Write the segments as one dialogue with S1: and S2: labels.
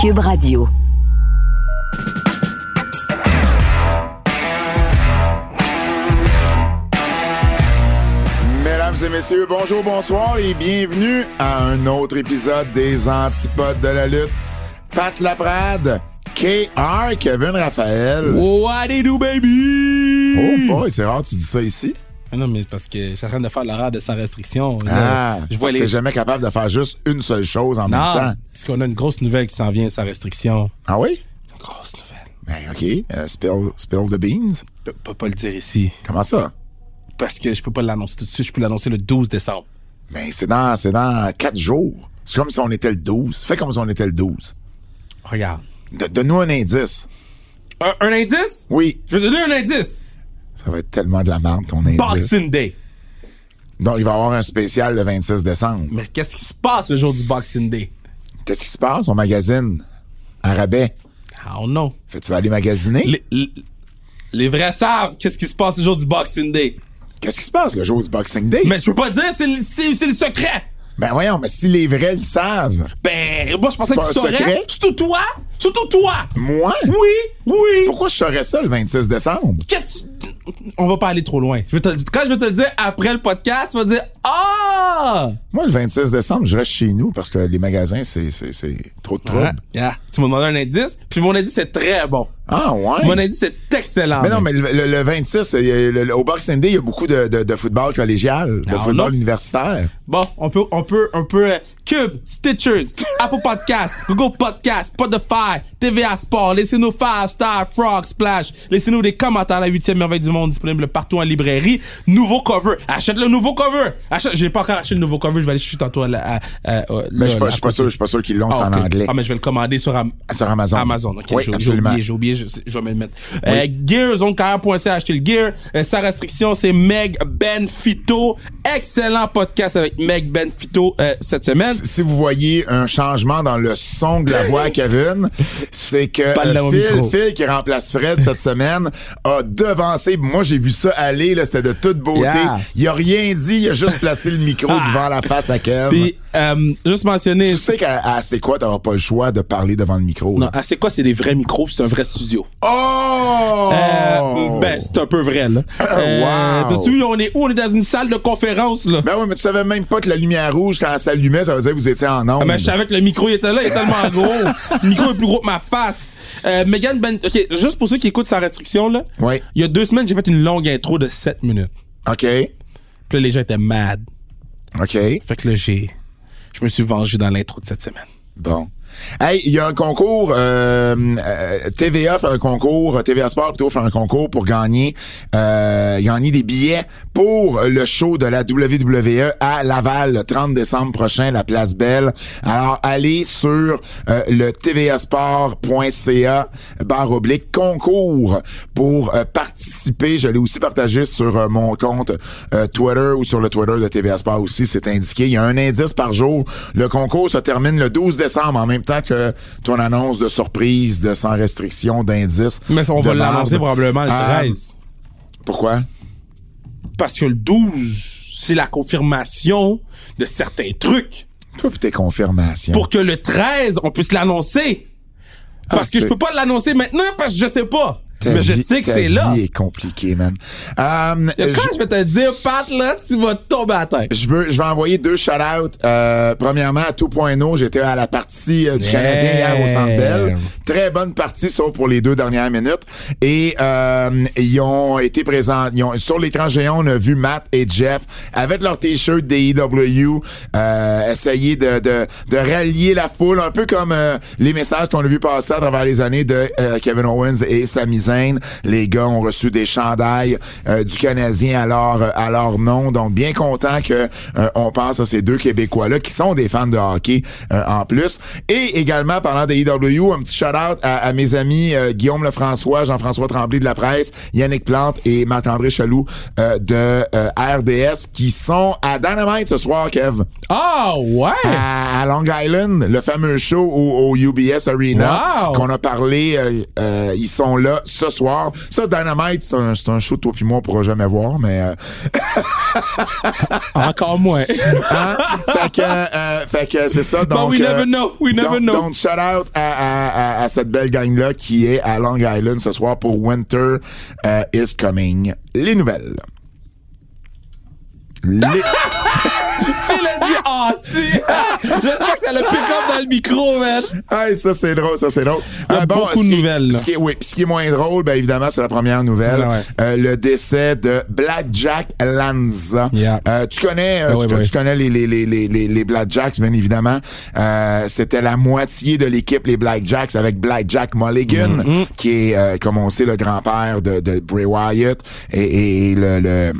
S1: Cube Radio.
S2: Mesdames et messieurs, bonjour, bonsoir et bienvenue à un autre épisode des Antipodes de la lutte. Pat Laprade, KR, Kevin Raphaël.
S3: What it do, baby?
S2: Oh boy, c'est rare, tu dis ça ici.
S3: Ah non, mais c'est parce que je suis en train de faire l'horaire de sans restriction.
S2: Ah,
S3: Là,
S2: je
S3: je vois les.
S2: t'es jamais capable de faire juste une seule chose en
S3: Non,
S2: même temps.
S3: parce qu'on a une grosse nouvelle qui s'en vient sans restriction.
S2: Ah oui?
S3: Une grosse nouvelle.
S2: Ben ok, Euh, spill, spill the beans.
S3: Je peux, peux pas le dire ici.
S2: Comment ça?
S3: Parce que je peux pas l'annoncer tout de suite. Je peux l'annoncer le 12 décembre.
S2: Ben c'est dans, c'est dans quatre jours. C'est comme si on était le 12. Fais comme si on était le 12.
S3: Regarde.
S2: De- Donne-nous un indice.
S3: Un, un indice?
S2: Oui,
S3: Je veux te donner un indice.
S2: ça va être tellement de la merde ton indice.
S3: Boxing Day.
S2: Donc il va y avoir un spécial le 26 décembre.
S3: Mais qu'est-ce qui se passe le jour du Boxing Day?
S2: Qu'est-ce qui se passe? On magazine à rabais.
S3: Ah non.
S2: Fait que tu vas aller magasiner.
S3: Les, les- les vrais savent qu'est-ce qui se passe le jour du Boxing Day.
S2: Qu'est-ce qui se passe le jour du Boxing Day?
S3: Mais je peux pas dire, c'est le, c'est- c'est le secret.
S2: Ben voyons, mais si les vrais le savent,
S3: Ben, moi, je pensais
S2: C'est
S3: que
S2: pas
S3: tu
S2: un secret?
S3: saurais. Surtout toi. Surtout toi.
S2: moi,
S3: Oui, oui.
S2: pourquoi je saurais ça le 26 décembre?
S3: Qu'est-ce que tu... On va pas aller trop loin. Je vais te- Quand je vais te le dire après le podcast, tu vas dire Ah!
S2: Moi, le 26 décembre, je reste chez nous parce que les magasins, c'est, c'est, c'est trop de troubles.
S3: Yeah. Tu m'as demandé un indice, puis mon indice c'est très bon.
S2: Ah ouais?
S3: Mon indice c'est excellent.
S2: mais non, mais le, le- le 26, il y a- le- le- au Boxing Day, il y a beaucoup de, de- de football collégial, de
S3: Ah,
S2: football
S3: non.
S2: universitaire.
S3: Bon, on peut, on peut, on peut. euh, Cube, Stitchers, Apple Podcast, Google Podcast, Spotify, TVA Sport. Laissez-nous 5 Star, Frog Splash. Laissez-nous des commentaires. La 8 merveille du monde disponible partout en librairie. Nouveau cover. Achète le nouveau cover. Achète. J'ai pas encore acheté le nouveau cover. Je vais aller chercher tantôt. à la- à- à- à-
S2: Mais
S3: là,
S2: je suis pas,
S3: là,
S2: je suis pas
S3: à
S2: sûr,
S3: côté.
S2: je suis pas sûr qu'ils l'ont,
S3: Ah,
S2: c'est en
S3: ok.
S2: anglais.
S3: Ah, mais je vais le commander sur, Am-
S2: Sur Amazon.
S3: Amazon, ok.
S2: Oui,
S3: j'ai- j'ai
S2: absolument.
S3: oublié, j'ai oublié, je, je vais me le mettre. Euh, GearsOnCarrière.ca, acheter le Gear. Euh, sa restriction, c'est Meg Benfito. Excellent podcast avec Meg Benfito euh, cette semaine.
S2: si vous voyez un changement dans le son de la voix à Kevin, c'est que
S3: Pas de
S2: euh,
S3: la même
S2: Phil,
S3: micro.
S2: Phil, qui remplace Fred cette semaine, a devancé. Moi, j'ai vu ça aller, là, c'était de toute beauté.
S3: Yeah.
S2: Il a rien dit, il a juste placé le micro
S3: Ah.
S2: devant la face à Kev.
S3: Puis, euh, juste mentionner.
S2: tu sais qu'à à c'est quoi, t'auras pas le choix de parler devant le micro.
S3: Non,
S2: là.
S3: ah, c'est quoi? C'est des vrais micros, puis c'est un vrai studio.
S2: Oh!
S3: Euh, ben, c'est un peu vrai, là.
S2: wow.
S3: t'as vu, on est où? On est dans une salle de conférence, là.
S2: Ben oui, mais tu savais même pas que la lumière rouge, quand elle s'allumait, ça veut dire que vous étiez en onde.
S3: Ah, mais je savais que le micro il était là, il est tellement gros. le micro est plus gros que ma face. Euh, Megan Ben. OK, juste pour ceux qui écoutent sa restriction, là.
S2: Ouais.
S3: Il y a deux semaines, j'ai fait une longue intro de 7 minutes.
S2: OK.
S3: Puis là, les gens étaient mad.
S2: OK.
S3: Fait que là, j'ai. Je me suis vengé dans l'intro de cette semaine.
S2: Bon. Hey, il y a un concours. euh, euh, TVA fait un concours. euh, TVA Sport plutôt fait un concours pour gagner, euh, gagner des billets pour le show de la WWE à Laval le 30 décembre prochain, la Place Belle. Alors, allez sur euh, le tvasport.ca barre oblique concours pour euh, participer. Je l'ai aussi partagé sur euh, mon compte euh, Twitter ou sur le Twitter de TVA Sport aussi, c'est indiqué. Il y a un indice par jour. Le concours se termine le 12 décembre en même temps que ton annonce de surprise, de sans restriction, d'indice.
S3: Mais on
S2: de
S3: va l'annoncer
S2: marbre.
S3: probablement le
S2: Euh,
S3: 13.
S2: pourquoi?
S3: Parce que le 12, c'est la confirmation de certains trucs.
S2: Toi pis tes confirmations.
S3: Pour que le 13, on puisse l'annoncer. Parce
S2: Ah,
S3: que je
S2: c'est-
S3: peux pas l'annoncer maintenant parce que je sais pas.
S2: Ta
S3: Mais je
S2: vie-
S3: sais que
S2: ta
S3: c'est là.
S2: vie est compliqué, man. Euh,
S3: Quand
S2: je-
S3: je vais te dire, Pat, là, tu vas tomber à terre.
S2: Je veux, je vais envoyer deux shout-outs. Euh, premièrement, à tout point no, j'étais à la partie euh, du
S3: Yeah.
S2: Canadien hier au Centre Bell. Très bonne partie, sauf pour les deux dernières minutes. Et euh, ils ont été présents. Ils ont, sur l'écran géant, on a vu Matt et Jeff avec leur t-shirt des EW euh, essayer de, de, de rallier la foule, un peu comme euh, les messages qu'on a vu passer à travers les années de euh, Kevin Owens et Sami Zayn. scène. Les gars ont reçu des chandails euh, du Canadien à leur, euh, à leur nom. Donc, bien content que euh, on pense à ces deux Québécois-là qui sont des fans de hockey euh, en plus. Et également, parlant des IW, un petit shout-out à, à mes amis euh, Guillaume Lefrançois, Jean-François Tremblay de la presse, Yannick Plante et Marc-André Chaloux euh, de euh, RDS qui sont à Dynamite ce soir, Kev
S3: Ah, ouais!
S2: à, à Long Island, le fameux show au, au UBS Arena
S3: Wow!
S2: qu'on a parlé. euh, euh, ils sont là ce soir. Ça, Dynamite, c'est un, c'est un show toi puis moi on pourra jamais voir, mais euh, Ah,
S3: Encore moins.
S2: hein? fait que, euh, fait que c'est ça.
S3: But
S2: Donc,
S3: we
S2: euh,
S3: never know. We never
S2: donc,
S3: know.
S2: donc, shout out à, à- à- à cette belle gang là qui est à Long Island ce soir pour Winter euh, is coming. Les nouvelles. Les-
S3: Phil a dit ah si. J'espère que ça le pick up dans le micro, man.
S2: Hey, ça c'est drôle, ça c'est drôle. Euh,
S3: Il y a beaucoup
S2: ce qui
S3: de
S2: est-
S3: nouvelles, là.
S2: Ce qui est, oui, puis ce qui est moins drôle, ben évidemment, c'est la première nouvelle.
S3: Ouais, ouais.
S2: Euh, le décès de Black Jack Lanza.
S3: Yeah.
S2: Euh, tu connais, euh,
S3: Ben
S2: tu,
S3: oui,
S2: co-
S3: oui.
S2: tu connais les les les les les, les Black Jacks, bien évidemment. Euh, C'était la moitié de l'équipe les Black Jacks avec Black Jack Mulligan,
S3: Mm-hmm.
S2: qui est euh, comme on sait le grand père de de Bray Wyatt et, et- et le, le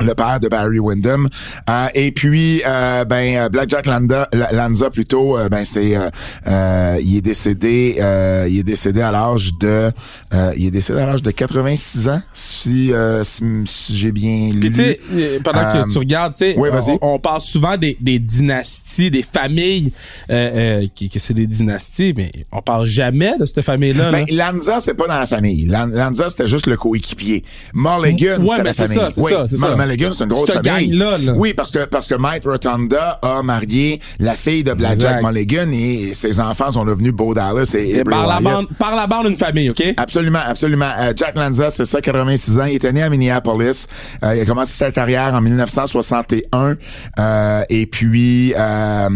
S2: le père de Barry Windham. Euh, et puis, euh, ben, euh, Black Jack Landa- La- Lanza, plutôt, euh, ben, c'est, euh, euh, il est décédé, euh, il est décédé à l'âge de, euh, il est décédé à l'âge de 86 ans, si, euh, si, si j'ai bien lu.
S3: Puis tu sais, euh, pendant
S2: Euh,
S3: que tu regardes, tu sais,
S2: ouais, vas-y.
S3: on, on parle souvent des, des dynasties, des familles, euh, euh, qui, que c'est des dynasties, mais on parle jamais de cette famille-là.
S2: Ben,
S3: là.
S2: Lanza, c'est pas dans la famille. Lan- Lanza, c'était juste le coéquipier. Mulligan,
S3: Ouais,
S2: c'était
S3: mais
S2: la
S3: c'est
S2: famille.
S3: ça, c'est
S2: Oui,
S3: ça, c'est
S2: Mul-
S3: ça.
S2: Mulligan, c'est une grosse
S3: Cette
S2: famille.
S3: gang-là, là.
S2: Oui, parce que, parce que Mike Rotunda a marié la fille de Black Jack
S3: Exact.
S2: Mulligan et ses enfants sont devenus Beau Dallas et, et
S3: Et
S2: Bray
S3: par la
S2: Wyatt.
S3: bande, par la bande une famille, ok?
S2: Absolument, absolument. Euh, Jack Lanza, c'est ça, 86 ans. Il était né à Minneapolis. Euh, il a commencé sa carrière en 1961. Euh, et puis, euh,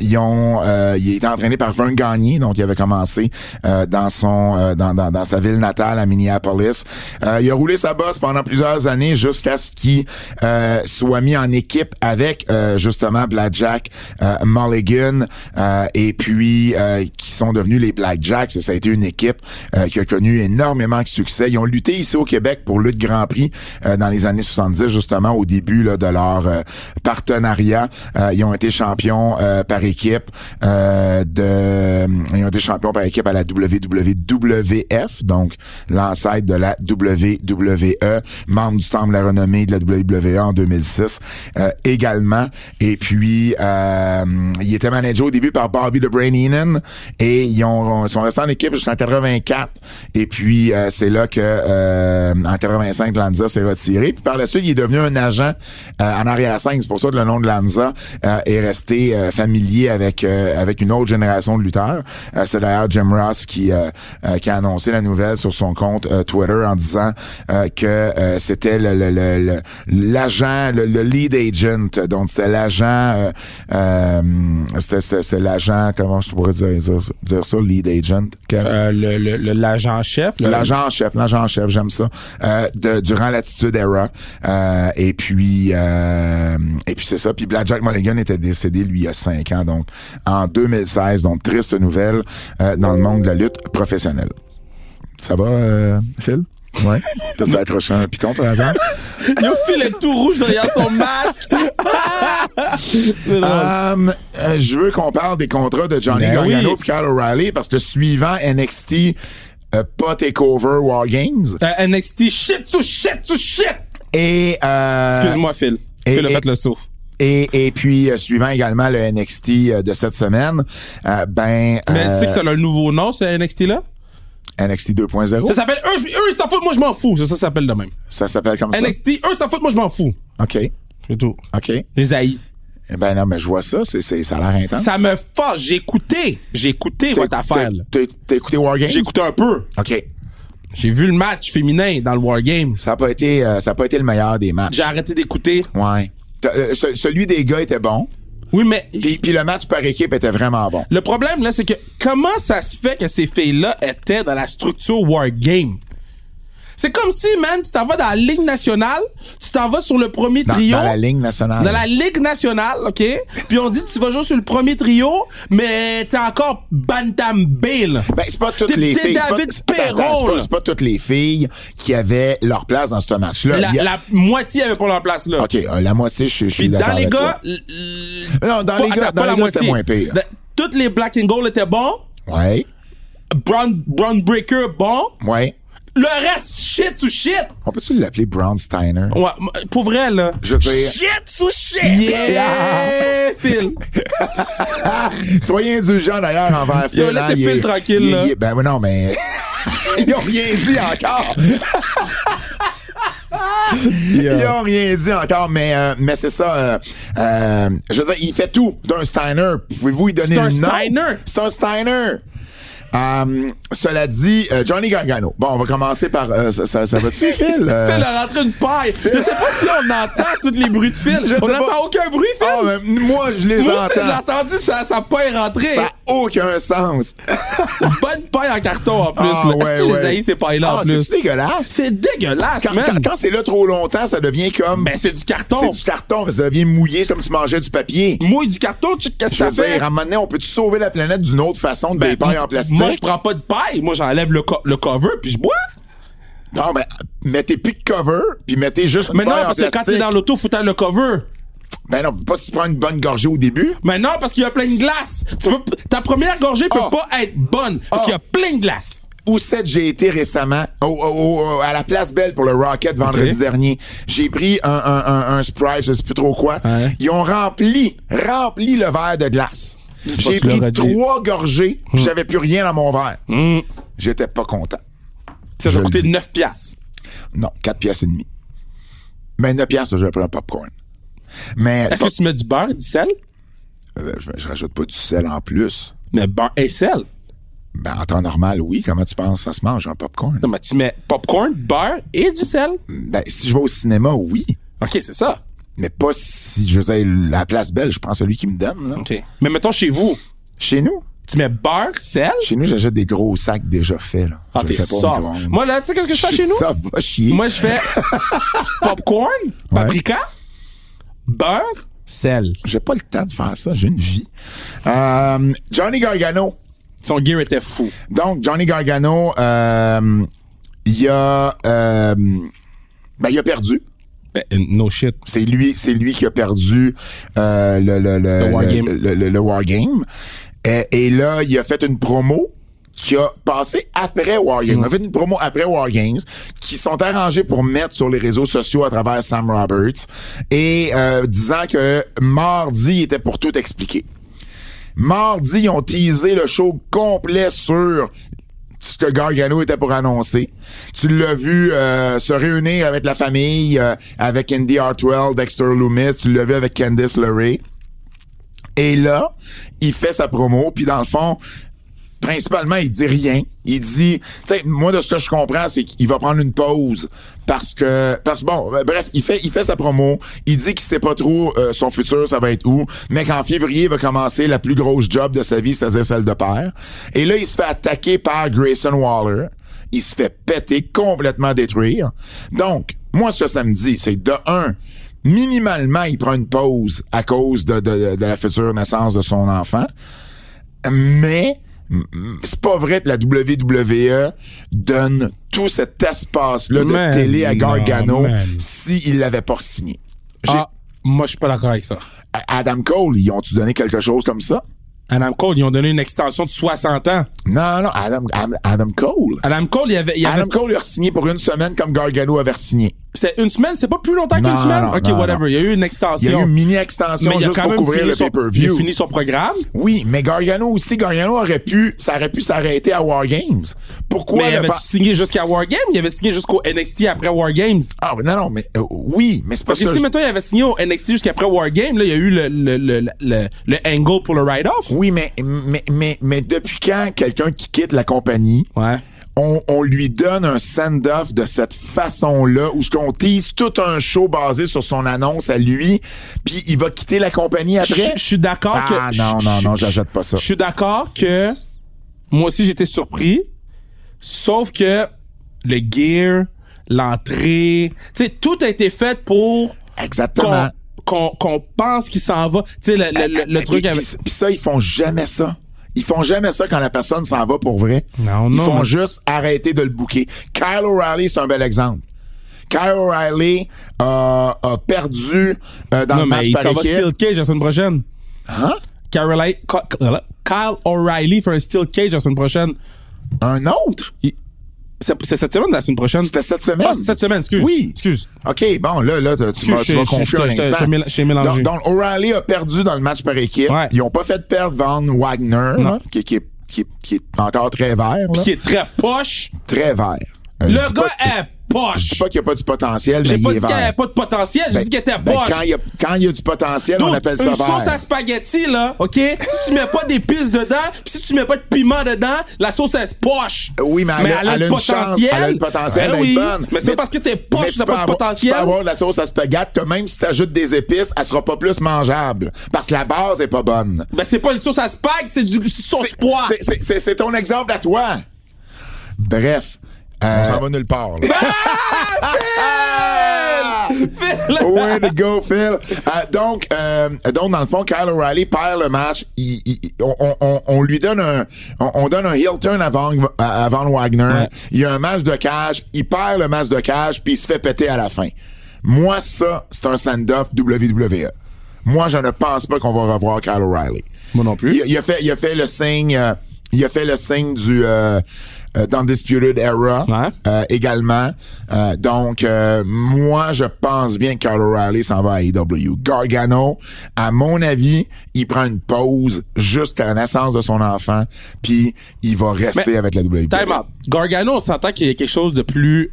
S2: ils ont, euh, il était entraîné par Vern Gagné, donc il avait commencé euh, dans son, euh, dans, dans, dans sa ville natale à Minneapolis. Euh, il a roulé sa bosse pendant plusieurs années jusqu'à ce qu'il euh, soit mis en équipe avec euh, justement Black Jack euh, Mulligan euh, et puis euh, qui sont devenus les Black Jacks. Ça a été une équipe euh, qui a connu énormément de succès. Ils ont lutté ici au Québec pour Lutte Grand Prix euh, dans les années 70, justement au début là, de leur euh, partenariat. Euh, ils ont été champions euh, par équipe euh, de... Ils ont été champions par équipe à la WWWF, donc l'ancêtre de la WWE, membre du Temple de la Renommée de la WWE en 2006 euh, également. Et puis, euh, il était managé au début par Bobby the Brain Heenan et ils ont, ils sont restés en équipe jusqu'en 84. Et puis, euh, c'est là que euh, en 85, Lanza s'est retiré. Puis par la suite, il est devenu un agent euh, en arrière-scène. C'est pour ça que le nom de Lanza euh, est resté euh, familier avec euh, avec une autre génération de lutteurs. Euh, c'est d'ailleurs Jim Ross qui euh, euh, qui a annoncé la nouvelle sur son compte euh, Twitter en disant euh, que euh, c'était le, le- le- le- l'agent, le, le lead agent. Donc c'était l'agent, euh, euh, c'était, c'était- c'était l'agent, comment je pourrais dire, dire, ça- dire ça, lead agent. Kev?
S3: Euh, le- le- le- l'agent chef, le-
S2: L'agent en chef, l'agent en chef, j'aime ça. Euh, de, durant l'attitude era. Euh, et puis euh, et puis c'est ça. Puis Black Jack Mulligan était décédé lui il y a cinq ans, donc en 2016. Donc triste nouvelle euh, dans le monde de la lutte professionnelle. Ça va, euh, Phil? Ouais. T'as accroché un piton par hasard?
S3: Yo, Phil est tout rouge derrière son masque. C'est drôle.
S2: Euh, euh, je veux qu'on parle des contrats de Johnny
S3: Ben
S2: Gargano
S3: oui.
S2: et Kyle O'Reilly parce que suivant NXT, euh, pas Takeover War Games
S3: Euh, NXT, shit to shit to shit!
S2: et euh,
S3: Excuse-moi, Phil.
S2: et-
S3: Phil a
S2: et- Euh,
S3: fait le saut.
S2: Et, et puis, euh, suivant également le NXT euh, de cette semaine, euh, ben,
S3: Mais tu sais
S2: euh,
S3: que ça a un nouveau nom, ce NXT-là?
S2: NXT 2.0,
S3: Ça
S2: ça,
S3: s'appelle eux, eux ils s'en foutent, moi je m'en fous. Ça, ça s'appelle de même.
S2: s'appelle comme
S3: NXT, eux s'en foutent, moi je m'en fous.
S2: ça. OK,
S3: C'est tout.
S2: OK. Eh
S3: Les haïs.
S2: Ben non, mais je vois ça, c'est, c'est, ça a l'air intense.
S3: Ça me force. J'ai écouté. J'ai écouté
S2: Hein? T'as-
S3: votre affaire. là.
S2: T'as, t'as- t'as écouté Wargames?
S3: J'ai écouté un peu.
S2: OK.
S3: J'ai vu le match féminin dans le Wargame.
S2: Ça n'a pas été, euh, ça a pas été le meilleur des matchs.
S3: J'ai arrêté d'écouter.
S2: Ouais. T'as- euh, ce- celui des gars était bon,
S3: Oui, mais
S2: puis, puis le match par équipe était vraiment bon.
S3: le problème, là, c'est que comment ça se fait que ces filles-là étaient dans la structure Wargame? C'est comme si, man, tu t'en vas dans la Ligue nationale, tu t'en vas sur le premier
S2: Dans,
S3: trio.
S2: dans la ligne nationale.
S3: Dans la Ligue nationale, OK? Puis on dit tu vas jouer sur le premier trio, mais t'es encore Bantam Bale.
S2: Ben, c'est pas toutes
S3: T'es-
S2: les
S3: t'es
S2: filles. c'est pas-
S3: David
S2: attends, attends,
S3: Perron,
S2: c'est pas-
S3: là.
S2: C'est pas toutes les filles qui avaient leur place dans ce match-là.
S3: La,
S2: Il y a-
S3: la moitié avait pas leur place, là.
S2: OK, euh, la moitié, je je suis
S3: Puis
S2: d'accord.
S3: dans les
S2: avec
S3: gars...
S2: toi.
S3: l- l-
S2: Non, dans
S3: pas-
S2: les gars,
S3: attends,
S2: dans
S3: pas
S2: les
S3: la
S2: gars, c'était
S3: moitié.
S2: moins pire.
S3: Da- Toutes les black and gold étaient bons.
S2: Ouais,
S3: Brown, Brown Breaker, bon.
S2: ouais.
S3: Le reste, shit ou shit.
S2: On peut-tu l'appeler Brown Steiner?
S3: Ouais, m- pour vrai, là.
S2: Je veux dire-
S3: Shit ou shit. Yeah, Phil.
S2: Soyez indulgents d'ailleurs envers Phil.
S3: Yo, laissez
S2: hein, il
S3: Phil
S2: est-
S3: tranquille,
S2: il est-
S3: là.
S2: il est- ben non, mais... Ils ont rien dit encore. Ils ont rien dit encore, mais, euh, mais c'est ça. euh, euh, je veux dire, il fait tout d'un Steiner. Pouvez-vous lui donner
S3: C'est un
S2: le nom?
S3: Steiner.
S2: C'est un Steiner. Euh, cela dit, euh, Johnny Gargano. Bon, on va commencer par... euh, ça, ça, ça va-tu, Phil? Euh,
S3: Phil a rentré une paille. Je sais pas si on entend tous les bruits de Phil.
S2: Je
S3: on
S2: sais
S3: n'entend
S2: pas.
S3: aucun bruit, Phil.
S2: ah, ben, moi, je les
S3: Moi aussi, j'ai
S2: entends.
S3: entendu sa, sa paille rentrer.
S2: Ça n'a aucun sens.
S3: Une bonne paille en carton en plus.
S2: Ah,
S3: là.
S2: ouais,
S3: Est-ce que
S2: ouais.
S3: j'ai haï ces pailles-là
S2: Ah,
S3: en plus?
S2: c'est dégueulasse.
S3: C'est dégueulasse,
S2: Quand,
S3: man.
S2: quand- quand c'est là trop longtemps, ça devient comme.
S3: Ben, c'est du carton.
S2: C'est du carton, ça devient mouillé comme si tu mangeais du papier.
S3: Mouille du carton, tu Mm. sais qu'est-ce que
S2: Je veux
S3: ça fait?
S2: dire, à un moment donné, on peut-tu sauver la planète d'une autre façon de
S3: Ben,
S2: des pailles en plastique?
S3: Moi, je prends pas de paille. Moi, j'enlève le, co- le cover puis je bois.
S2: Non, mais mettez plus de cover, puis mettez juste une
S3: Mais non,
S2: paille
S3: parce
S2: en
S3: que quand
S2: plastique.
S3: t'es dans l'auto, faut t'enlever le cover.
S2: Ben non, pas si tu prends une bonne gorgée au début.
S3: Mais non, parce qu'il y a plein de glace. Tu peux p- ta première gorgée peut
S2: Ah.
S3: pas être bonne parce
S2: Ah.
S3: qu'il y a plein de glace.
S2: Où c'est que j'ai été récemment? Au- au- au- à la place Belle pour le Rocket vendredi
S3: Ok.
S2: dernier. J'ai pris un, un, un, un Sprite, je sais plus trop quoi.
S3: Ouais.
S2: Ils ont rempli, rempli le verre de glace.
S3: pas
S2: J'ai
S3: si tu
S2: pris
S3: l'aurais dit. Hmm.
S2: trois gorgées, puis j'avais plus rien dans mon verre. J'étais pas content.
S3: Ça
S2: Je
S3: va
S2: le
S3: coûter
S2: dis.
S3: 9 piastres.
S2: Non, 4 pièces et demie. Mais 9 pièces, je vais prendre un popcorn. Mais
S3: Est-ce
S2: bon,
S3: que tu mets du beurre et du sel?
S2: euh, je, je rajoute pas du sel en plus.
S3: Mais beurre et sel.
S2: Ben, en temps normal, oui. Comment tu penses que ça se mange un popcorn?
S3: Non, mais tu mets popcorn, beurre et du sel.
S2: Ben, si je vais au cinéma, oui.
S3: OK, c'est ça.
S2: Mais pas si je sais la place belle, je prends celui qui me donne. là.
S3: OK. Mais mettons chez vous,
S2: Chez nous,
S3: tu mets beurre, sel.
S2: chez nous, j'achète des gros sacs déjà faits. Là.
S3: Ah,
S2: Je
S3: t'es
S2: le fais pas au
S3: soft.
S2: micro-ondes.
S3: Moi, là, tu sais qu'est-ce que je fais chez nous?
S2: Ça va chier.
S3: Moi, je fais popcorn, paprika, beurre, sel.
S2: j'ai pas le temps de faire ça, j'ai une vie. Euh, Johnny Gargano,
S3: Son gear était fou.
S2: Donc, Johnny Gargano, euh, il a, euh, ben, il a perdu.
S3: Ben,
S2: euh,
S3: no shit.
S2: C'est lui, c'est lui qui a perdu euh, le, le, le,
S3: Le War
S2: le-
S3: Game.
S2: le- le- le War Game. Et, et là, il a fait une promo qui a passé après War Games. Il a fait une promo après War Games qui sont arrangés pour mettre sur les réseaux sociaux à travers Sam Roberts et euh, disant que mardi était pour tout expliquer. Mardi, ils ont teasé le show complet sur ce que Gargano était pour annoncer. Tu l'as vu euh, se réunir avec la famille, euh, avec Indy Hartwell, Dexter Loomis, tu l'as vu avec Candice LeRae. Et là, il fait sa promo, puis dans le fond, principalement, il dit rien. Il dit, tu sais, moi, de ce que je comprends, c'est qu'il va prendre une pause parce que, parce que, bon, euh, bref, il fait, il fait sa promo. Il dit qu'il sait pas trop euh, son futur, ça va être où, mais qu'en février, il va commencer la plus grosse job de sa vie, c'est-à-dire celle de père. Et là, il se fait attaquer par Grayson Waller. Il se fait péter, complètement détruire. Donc, moi, ce que ça me dit, c'est de un, minimalement, il prend une pause à cause de, de, de la future naissance de son enfant mais mm, mm, c'est pas vrai que la WWE donne tout cet espace-là de
S3: Man,
S2: télé à Gargano
S3: non, man.
S2: s'il l'avait pas signé. J'ai-
S3: Ah, moi, je suis pas d'accord avec ça.
S2: A- Adam Cole, ils ont-tu donné quelque chose comme ça?
S3: Adam Cole, ils ont donné une extension de 60 ans.
S2: Non, non, Adam, Adam, Adam Cole.
S3: Adam Cole, il y avait, il y avait
S2: Adam Cole il a signé pour une semaine comme Gargano avait signé.
S3: c'était une semaine, c'est pas plus longtemps
S2: Non,
S3: qu'une semaine.
S2: non,
S3: ok,
S2: non,
S3: whatever.
S2: non.
S3: Il y a eu
S2: Il
S3: une
S2: y a eu
S3: extension.
S2: une
S3: mais
S2: mini-extension
S3: il a
S2: juste
S3: quand
S2: pour
S3: même
S2: couvrir
S3: fini,
S2: le
S3: son, il a
S2: pay-per-view.
S3: fini son programme.
S2: Oui, mais Gargano aussi, Gargano aurait pu, ça aurait pu s'arrêter à War Games. Pourquoi
S3: mais il
S2: le
S3: avait
S2: fa-
S3: signé jusqu'à War Games. Il avait signé jusqu'au NXT après War Games.
S2: Ah non, non, mais euh, oui, mais c'est pas
S3: Parce que
S2: ça.
S3: si, mettons, il avait signé au NXT jusqu'après War Games, là, il y a eu le, le, le, le, le- le angle pour le write-off.
S2: Oui, mais, mais, mais, mais depuis quand quelqu'un qui quitte la compagnie,
S3: Ouais.
S2: on, on lui donne un send-off de cette façon-là, où ce qu'on tease tout un show basé sur son annonce à lui, puis il va quitter la compagnie après?
S3: Je je suis d'accord que.
S2: Ah non, non, non, j'achète pas ça.
S3: Je suis d'accord que moi aussi j'étais surpris, sauf que le gear, l'entrée. Tu sais, tout a été fait pour
S2: Exactement.
S3: qu'on qu'on qu'on pense qu'il s'en va. Tu sais, le, le, le- le
S2: Et-
S3: truc
S2: et-
S3: avec...
S2: Puis ça, ils font jamais ça. Ils font jamais ça quand la personne s'en va pour vrai.
S3: Non,
S2: ils
S3: non,
S2: font
S3: non.
S2: juste arrêter de le bouquer. Kyle O'Reilly, c'est un bel exemple. Kyle O'Reilly euh, a perdu euh, dans
S3: Non,
S2: le match
S3: mais il
S2: par
S3: s'en va
S2: équipe.
S3: steel cage la semaine prochaine.
S2: Hein?
S3: Caroline- Ka- Ka- Kyle O'Reilly fait un steel cage la semaine prochaine.
S2: Un autre?
S3: C'est c'est cette semaine ou la semaine prochaine?
S2: C'était cette semaine?
S3: Ah, c'est cette semaine, excuse.
S2: Oui. Hein?
S3: Excuse.
S2: OK, bon, là, là tu- tu
S3: Excuse,
S2: m'as tu
S3: je-
S2: m'as
S3: je-
S2: confus
S3: je-
S2: un
S3: je- je-
S2: instant.
S3: je- je- je- j'ai
S2: Donc,
S3: mélangé.
S2: donc, O'Reilly a perdu dans le match par équipe.
S3: Ouais.
S2: Ils n'ont pas fait perdre Van Wagner,
S3: Non.
S2: là, qui, qui est, qui est- qui est encore très vert. là.
S3: Qui est très poche.
S2: Très vert. Euh, Ben, je
S3: Le
S2: dis
S3: gars
S2: pas-
S3: est
S2: Je dis
S3: poche.
S2: pas qu'il n'y a pas du potentiel, mais
S3: J'ai pas
S2: il est
S3: dit qu'il n'y
S2: vert.
S3: avait pas de potentiel, j'ai
S2: Ben,
S3: dit qu'il était
S2: ben,
S3: poche.
S2: quand il y a- quand il y, a du potentiel, on
S3: Dude,
S2: appelle ça
S3: une
S2: vert.
S3: sauce à spaghetti, là, OK? si tu mets pas d'épices dedans, pis si tu mets pas de piment dedans, la sauce, elle se poche.
S2: Euh, Oui, mais elle, a- elle a
S3: le
S2: une chance,
S3: potentiel.
S2: elle a le potentiel
S3: Ben
S2: d'être
S3: oui.
S2: bonne.
S3: Mais c'est parce que t'es
S2: mais
S3: poche,
S2: tu
S3: t'as
S2: peux
S3: pas de
S2: avoir-
S3: potentiel.
S2: Tu peux avoir de la sauce à spaghetti que même si t'ajoutes des épices, elle sera pas plus mangeable. Parce que la base est pas bonne.
S3: Ben, c'est pas une sauce à spag, c'est du c'est sauce
S2: C'est-
S3: poire.
S2: c'est- c'est- C'est c'est ton exemple à toi. Bref.
S4: On
S2: euh,
S4: s'en va nulle part. là.
S2: Ah! Way to go, Phil. Euh, donc, euh, donc, dans le fond, Kyle O'Reilly perd le match. Il- il- il- on, on- on- on lui donne un, on, on donne un heel turn avant, à- avant Wagner. Il y a un match de cage. Il perd le match de cage puis il se fait péter à la fin. Moi, ça, c'est un send-off WWE. Moi, je ne pense pas qu'on va revoir Kyle O'Reilly.
S4: Moi non plus.
S2: Il, il a fait, il a fait le signe, euh, il a fait le signe du euh, euh, dans Disputed Era
S3: Ouais.
S2: euh, également. Euh, donc, euh, moi, je pense bien que Kyle O'Reilly s'en va à AEW. Gargano, à mon avis, il prend une pause jusqu'à la naissance de son enfant, puis il va rester
S3: Mais-
S2: avec la WWE.
S3: Time out. Gargano, on s'entend qu'il y a quelque chose de plus.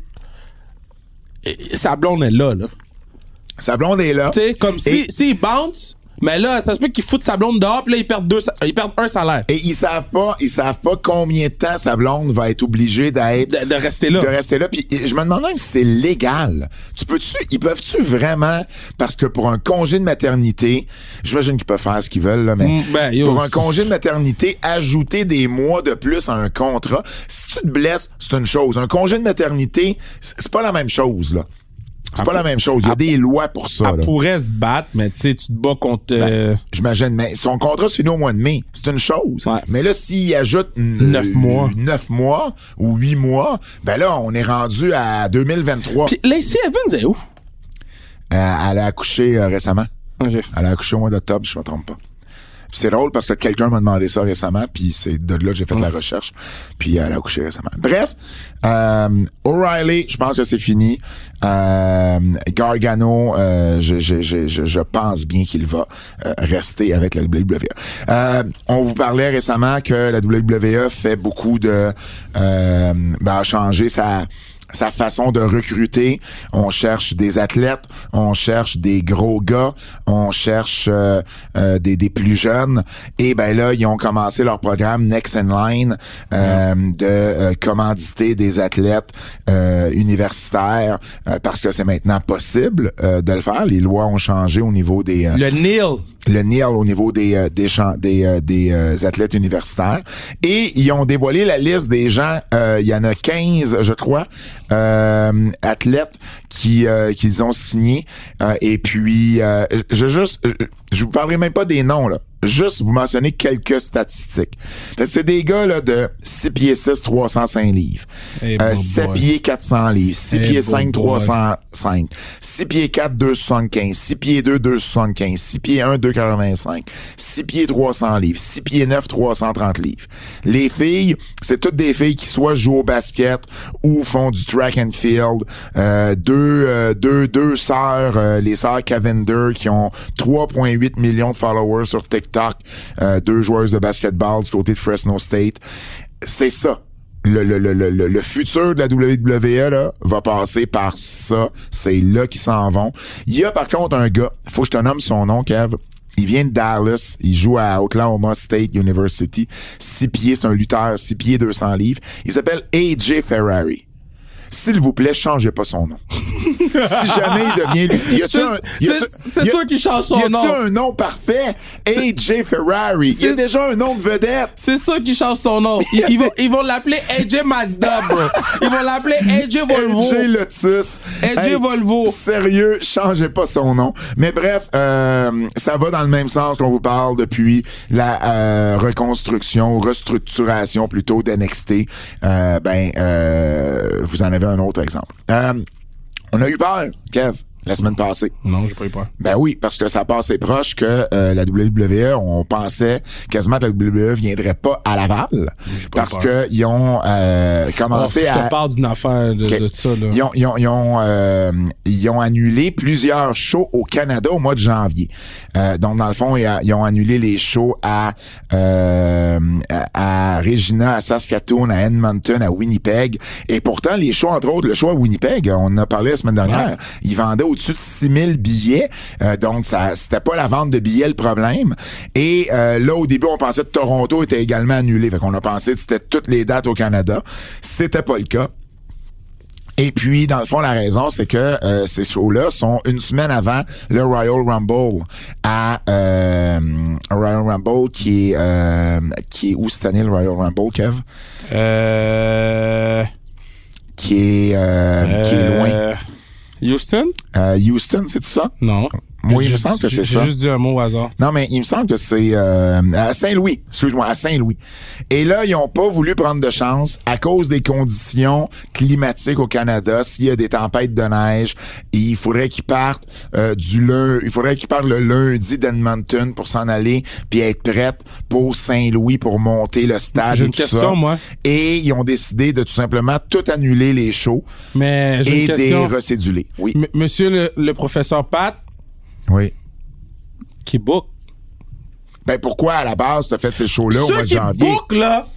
S3: Et- Sa blonde est là, là.
S2: Sa blonde est là.
S3: Tu sais, comme si,
S2: Et-
S3: s'il bounce, mais là, ça se peut qu'il foute sa blonde dehors, puis là, il perd, deux, sa- il perd un salaire.
S2: Et ils savent pas, ils savent pas combien de temps sa blonde va être obligée d'être
S3: De, de rester là.
S2: de rester là. Puis je me demande même si c'est légal. Tu peux-tu, ils peuvent-tu vraiment, parce que pour un congé de maternité, j'imagine qu'ils peuvent faire ce qu'ils veulent, là, mais
S3: Mm, ben, yo,
S2: pour un
S3: c'est-
S2: congé de maternité, ajouter des mois de plus à un contrat, si tu te blesses, c'est une chose. Un congé de maternité, c'est c'est pas la même chose, là. C'est
S3: Ah,
S2: pas la même chose. Il y a des lois pour ça.
S3: Elle
S2: là. Ben.
S3: pourrait se battre, mais tu sais, tu te bats contre. euh,
S2: J'imagine, mais son contrat se finit au mois de mai. C'est une chose.
S3: Ouais.
S2: Mais là, s'il ajoute
S3: Neuf mois.
S2: 9 mois ou 8 mois, ben là, on est rendu à 2023.
S3: Puis Lacey Evans est où?
S2: Euh, elle a accouché euh, récemment. Elle a accouché au mois d'octobre, si je me trompe pas. Puis C'est drôle parce que quelqu'un m'a demandé ça récemment, puis c'est de là que j'ai fait la recherche, puis elle a accouché récemment. Bref, euh, O'Reilly, je pense que c'est fini. Euh, Gargano, euh, je, je, je, je, je pense bien qu'il va euh, rester avec la WWE. Euh, on vous parlait récemment que la WWE fait beaucoup de... Euh, ben, changer sa sa façon de recruter. On cherche des athlètes, on cherche des gros gars, on cherche euh, euh, des, des plus jeunes. Et ben là, ils ont commencé leur programme Next in Line euh, de euh, commanditer des athlètes euh, universitaires euh, parce que c'est maintenant possible euh, de le faire. Les lois ont changé au niveau des euh,
S3: Le Neil.
S2: le NIL au niveau des euh, des champs- des, euh, des, euh, athlètes universitaires et ils ont dévoilé la liste des gens euh, il y en a 15 je crois euh, athlètes qui euh, qu'ils ont signés Euh, et puis euh, je juste euh, je vous parlerai même pas des noms là juste vous mentionner quelques statistiques Fait que c'est des gars là de 6 pieds 6 305 livres
S3: Eh,
S2: euh,
S3: bon
S2: 7
S3: boy.
S2: pieds 400 livres 6
S3: Eh,
S2: pieds
S3: bon
S2: 5
S3: boy.
S2: 300 105. 6 pieds 4, 275. 6 pieds 2, 275. 6 pieds 1, 285. 6 pieds 300 livres. 6 pieds 9, 330 livres. Les filles, c'est toutes des filles qui soit jouent au basket ou font du track and field. Euh, deux, euh, deux, deux sœurs, euh, les sœurs Cavender qui ont 3,8 millions de followers sur TikTok. Euh, deux joueuses de basketball du côté de Fresno State. C'est ça le, le, le, le, le- le futur de la WWE là, va passer par ça. C'est là qu'ils s'en vont. Il y a par contre un gars, faut que je te nomme son nom, Kev. Il vient de Dallas, il joue à Oklahoma State University. Six pieds, c'est un lutteur, six pieds, 200 livres. Il s'appelle AJ Ferrari. s'il vous plaît, changez pas son nom. si jamais il devient lui. Y a-tu
S3: C'est-
S2: un- y a-tu-
S3: c'est- c'est
S2: y a-
S3: sûr qu'il change son
S2: y a-tu
S3: nom.
S2: un nom parfait? AJ Ferrari. Il y a
S3: C'est-
S2: déjà un nom de vedette.
S3: C'est ça qui change son nom. Ils, ils vont, ils vont l'appeler AJ Mazda, bro. Ils vont l'appeler AJ Volvo.
S2: LG Lotus.
S3: LG Volvo.
S2: Sérieux, changez pas son nom. Mais bref, euh, ça va dans le même sens qu'on vous parle depuis la euh, reconstruction, restructuration plutôt d'NXT. Euh, ben, euh, vous en avez un autre exemple. Euh, on a eu peur, Kev, la semaine passée.
S3: Non, j'ai pas eu peur.
S2: Ben oui, parce que ça passait proche que euh, la WWE, on pensait quasiment que la WWE viendrait pas à Laval
S3: pas
S2: parce
S3: peur. Oh,
S2: qu'ils ont euh,
S3: je
S2: commencé à
S3: te parle d'une affaire de,
S2: Ok.
S3: de ça, là.
S2: Ils ont, ils ont- ils ont, euh, ils ont annulé plusieurs shows au Canada au mois de janvier. Euh, donc, dans le fond, ils, a- ils ont annulé les shows à, euh, à, à Regina, à Saskatoon, à Edmonton, à Winnipeg. Et pourtant, les shows, entre autres, le show à Winnipeg, on en a parlé la semaine dernière, ils vendaient au-dessus de 6000 billets. Euh, donc, ça c'était pas la vente de billets le problème. Et euh, là, au début, on pensait que Toronto était également annulé. Fait qu'on a pensé que c'était toutes les dates au Canada. C'était pas le cas. Et puis, dans le fond, la raison, c'est que euh, ces shows-là sont une semaine avant le Royal Rumble à euh, Royal Rumble qui est euh, qui est où cette année le Royal Rumble, Kev?
S3: Euh,
S2: Qui est euh, qui est loin.
S3: euh, Houston?
S2: Euh, Houston, c'est ça?
S3: Non.
S2: Moi,
S3: J'ai
S2: il me
S3: juste-
S2: semble que c'est ça.
S3: J'ai juste dit un mot au hasard.
S2: Non, mais il me semble que c'est euh, à Saint-Louis. Excuse-moi, à Saint-Louis. Et là, ils ont pas voulu prendre de chance à cause des conditions climatiques au Canada. S'il y a des tempêtes de neige, il faudrait qu'ils partent euh, du lundi. Il faudrait qu'ils partent le lundi d'Edmonton pour s'en aller, puis être prête pour Saint-Louis pour monter le stade.
S3: J'ai
S2: et
S3: une
S2: tout ça.
S3: question, moi.
S2: Et ils ont décidé de tout simplement tout annuler les shows
S3: Mais j'ai
S2: et
S3: une
S2: des
S3: question.
S2: recédulés. Oui.
S3: M- Monsieur le, le professeur Pat,
S2: Oui.
S3: qui book.
S2: Ben pourquoi à la base t'as fait ces shows-là au mois
S3: Ceux
S2: de
S3: qui
S2: janvier?
S3: book, là,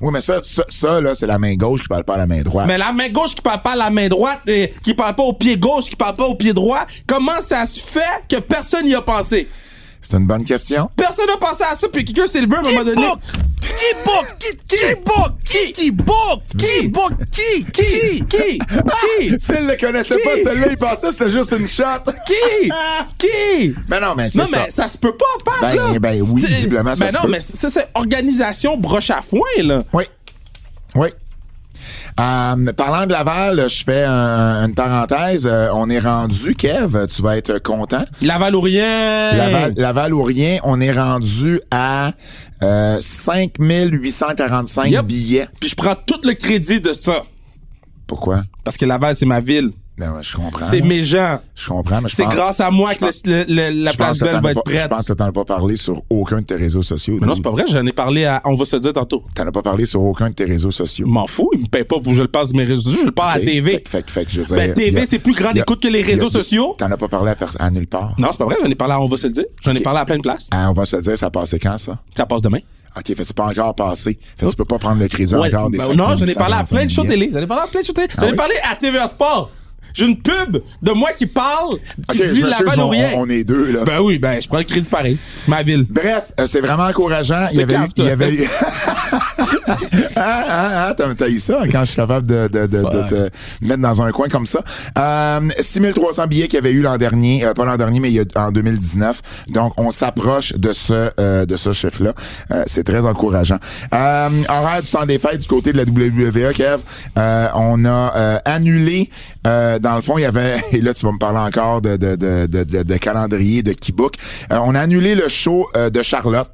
S2: Oui, mais ça, ça, ça, là, c'est la main gauche qui parle pas à la main droite.
S3: mais la main gauche qui parle pas à la main droite, euh, qui parle pas au pied gauche, qui parle pas au pied droit, comment ça se fait que personne n'y a pensé?
S2: C'est une bonne question.
S3: Personne n'a pensé à ça, puis quelqu'un s'est levé à un moment donné.
S4: Qui book? Qui, qui book? Qui, qui book? Qui book? Qui? Qui?
S3: Qui? Qui? Qui?
S2: Phil le connaissait
S3: Qui?
S2: pas, celle-là, il pensait que c'était juste une shot.
S3: Qui? Qui?
S2: Mais non, mais c'est
S3: Non,
S2: ça.
S3: mais ça se peut pas, Pat,
S2: Ben,
S3: là.
S2: ben oui,
S3: T'sais,
S2: visiblement, ça
S3: ben
S2: se
S3: non,
S2: peut.
S3: mais ça, c'est organisation broche à foin, là.
S2: Oui. Oui. Euh, parlant de Laval, je fais un- une parenthèse. Euh, on est rendu, Kev, tu vas être content.
S3: Laval ou rien.
S2: Laval, Laval ou rien, on est rendu à euh, 5845
S3: Yep.
S2: billets.
S3: Puis je prends tout le crédit de ça.
S2: Pourquoi?
S3: Parce que Laval, c'est ma ville.
S2: Ben, ouais, je comprends.
S3: C'est mes gens.
S2: Je comprends, mais je
S3: C'est
S2: pense-
S3: grâce à moi que
S2: pense-
S3: le- le- la
S2: je pense
S3: place
S2: que
S3: belle
S2: t'en
S3: va
S2: as
S3: être
S2: pas- Je
S3: prête.
S2: pense que t'en as pas parlé sur aucun de tes réseaux sociaux.
S3: Mais non, c'est pas vrai, j'en ai parlé à. On va se le dire tantôt.
S2: T'en as pas parlé sur aucun de tes réseaux sociaux.
S3: Je M'en fous, ils me payent pas pour que je le passe sur mes réseaux sociaux, je le parle à
S2: Ok?
S3: la TV.
S2: Fait, que- fait, que- fait que je veux dire,
S3: Ben,
S2: y
S3: TV,
S2: a-
S3: c'est plus grand
S2: y a-
S3: écoute que les réseaux
S2: y a-
S3: sociaux.
S2: T'en as pas parlé à, pers- à nulle part.
S3: Non, c'est pas vrai, j'en ai parlé à On va se le dire. J'en ai
S2: Ok.
S3: parlé à plein de places.
S2: Hein, on va se le dire, ça passait quand, ça?
S3: Ça passe demain.
S2: OK, fait que c'est pas encore passé. Fait que tu peux pas prendre le crédit
S3: Oh. Ouais,
S2: encore des
S3: ben non, j'en ai parlé à plein de choses
S2: 5845
S3: télé. J'en ai parlé à plein de choses télé. J'en ai
S2: oui?
S3: parlé à TVA Sport. J'ai une pub de moi qui parle, qui
S2: billets. Ok,
S3: dit
S2: je m'excuse,
S3: Laval
S2: mais
S3: ou
S2: on-
S3: rien.
S2: On, est deux, là.
S3: Ben oui, ben je prends le crédit pareil. Ma ville.
S2: Bref, euh, c'est vraiment encourageant. Il y avait
S3: T'es
S2: eu.
S3: cave,
S2: Il y
S3: toi.
S2: avait eu- ah, ah, ah, t'as t'as eu ça quand je suis capable de, de, de, de te mettre dans un coin comme ça. Euh, 6300 billets qu'il y avait eu l'an dernier, euh, pas l'an dernier, mais il y a, en 2019. Donc, on s'approche de ce euh, de ce chiffre-là. Euh, c'est très encourageant. Euh, horaire du temps des fêtes du côté de la WWE, Kev. Euh, on a euh, annulé, euh, dans le fond, il y avait, et là, tu vas me parler encore de, de, de, de, de- de calendrier, de keybook. Euh, on a annulé le show euh, de Charlotte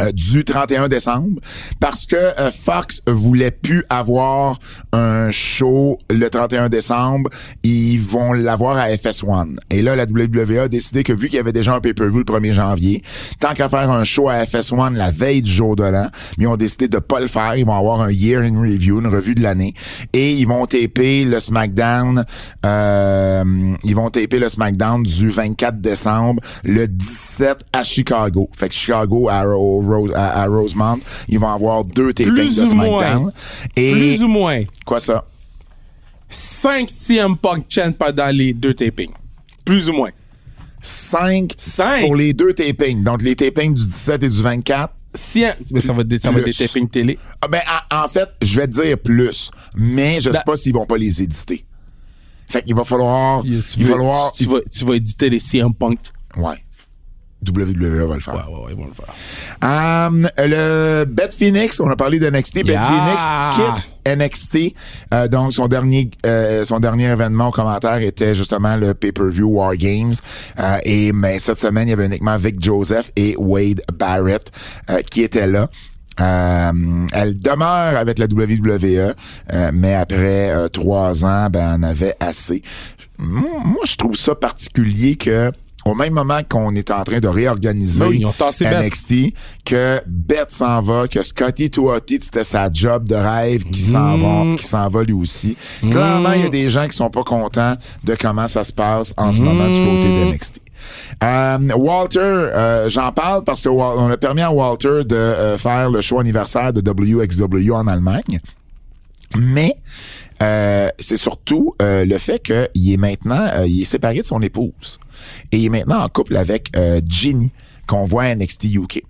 S2: euh, du 31 décembre parce que euh, Fox voulait plus avoir un show le 31 décembre, ils vont l'avoir à FS1. Et là la WWE a décidé que vu qu'il y avait déjà un pay-per-view le 1er janvier, tant qu'à faire un show à FS1 la veille du jour de l'an, mais ils ont décidé de pas le faire, ils vont avoir un year in review, une revue de l'année et ils vont taper le SmackDown euh, ils vont taper le SmackDown du 24 décembre le 17 à Chicago. Fait que Chicago à, Ro- Rose- à- à Rosemont, ils vont avoir deux tapings
S3: Plus
S2: de
S3: ou
S2: SmackDown.
S3: moins.
S2: Et
S3: Plus ou moins
S2: quoi ça?
S3: 5 CM Punk chant pendant les deux tapings. Plus ou moins.
S2: Cinq
S3: Cinq.
S2: pour les deux tapings. Donc les tapings du 17 et du 24.
S3: si un- mais ça va, dé- ça va être des
S2: Plus.
S3: tapings télé.
S2: Ah, Ben, en, en fait, je vais te dire plus, mais je sais
S3: Ben-
S2: pas s'ils vont pas les éditer. Fait qu'il va falloir.
S3: Tu,
S2: il
S3: vas-
S2: va falloir.
S3: tu, vas, tu vas éditer les CM Punk.
S2: Ouais. WWE va le faire.
S3: Ouais, ouais, ouais, Oh, ils vont le faire.
S2: Um, le Bet Phoenix, on a parlé de NXT. Bet
S3: Yeah.
S2: Phoenix quitte NXT. Euh, donc, son dernier, euh, son dernier événement au commentaire était justement le pay-per-view War Games. Euh, et mais cette semaine, il y avait uniquement Vic Joseph et Wade Barrett euh, qui étaient là. Euh, elle demeure avec la WWE, euh, mais après euh, trois ans, ben, on avait assez. Moi, moi, je trouve ça particulier que au même moment qu'on est en train de réorganiser
S3: Ben Oui, ils ont tassé Beth.
S2: NXT, que Beth s'en va, que Scotty Tuati, c'était sa job de rêve, qui s'en va, qui s'en va lui aussi. Clairement, il y a des gens qui sont pas contents de comment ça se passe en ce moment du côté d'NXT. Euh, Walter, euh, j'en parle parce que Wa- on a permis à Walter de euh, faire le show anniversaire de WXW en Allemagne. Mais euh, c'est surtout euh, le fait qu'il est maintenant, euh, il est séparé de son épouse. Et il est maintenant en couple avec euh, Ginny, qu'on voit à NXT UK.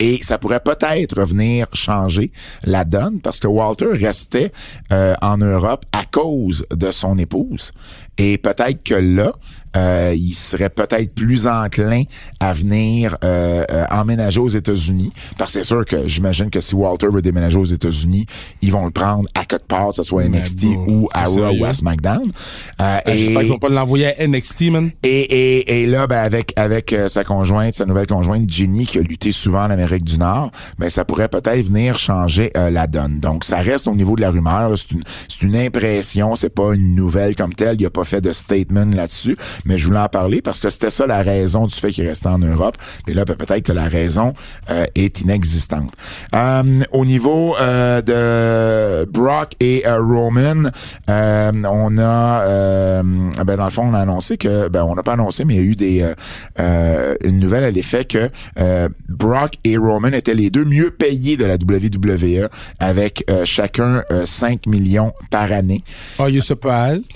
S2: Et ça pourrait peut-être venir changer la donne parce que Walter restait euh, en Europe à cause de son épouse. Et peut-être que là, euh, il serait peut-être plus enclin à venir euh, euh, emménager aux États-Unis. Parce que c'est sûr que j'imagine que si Walter veut déménager aux États-Unis, ils vont le prendre à quelque part, que ce soit NXT
S3: bon,
S2: ou à
S3: sérieux?
S2: Raw ou à SmackDown. Euh,
S3: Ah, J'espère
S2: et-
S3: qu'ils vont pas l'envoyer à NXT, man.
S2: et, et, et là, ben, avec, avec euh, sa conjointe, sa nouvelle conjointe, Ginny, qui a lutté souvent en Amérique du Nord, ben, ça pourrait peut-être venir changer euh, la donne. Donc, ça reste au niveau de la rumeur. là, C'est une, c'est une impression, c'est pas une nouvelle comme telle. Il a pas fait de statement là-dessus, mais je voulais en parler parce que c'était ça la raison du fait qu'il restait en Europe. Et là, ben, peut-être que la raison euh, est inexistante. Euh, au niveau euh, de Brock et euh, Roman, euh, on a, euh, ben, dans le fond, on a annoncé que, ben, on n'a pas annoncé, mais il y a eu des, euh, euh, une nouvelle à l'effet que euh, Brock et Roman étaient les deux mieux payés de la WWE avec euh, chacun euh, 5 millions par année.
S3: Are you surprised?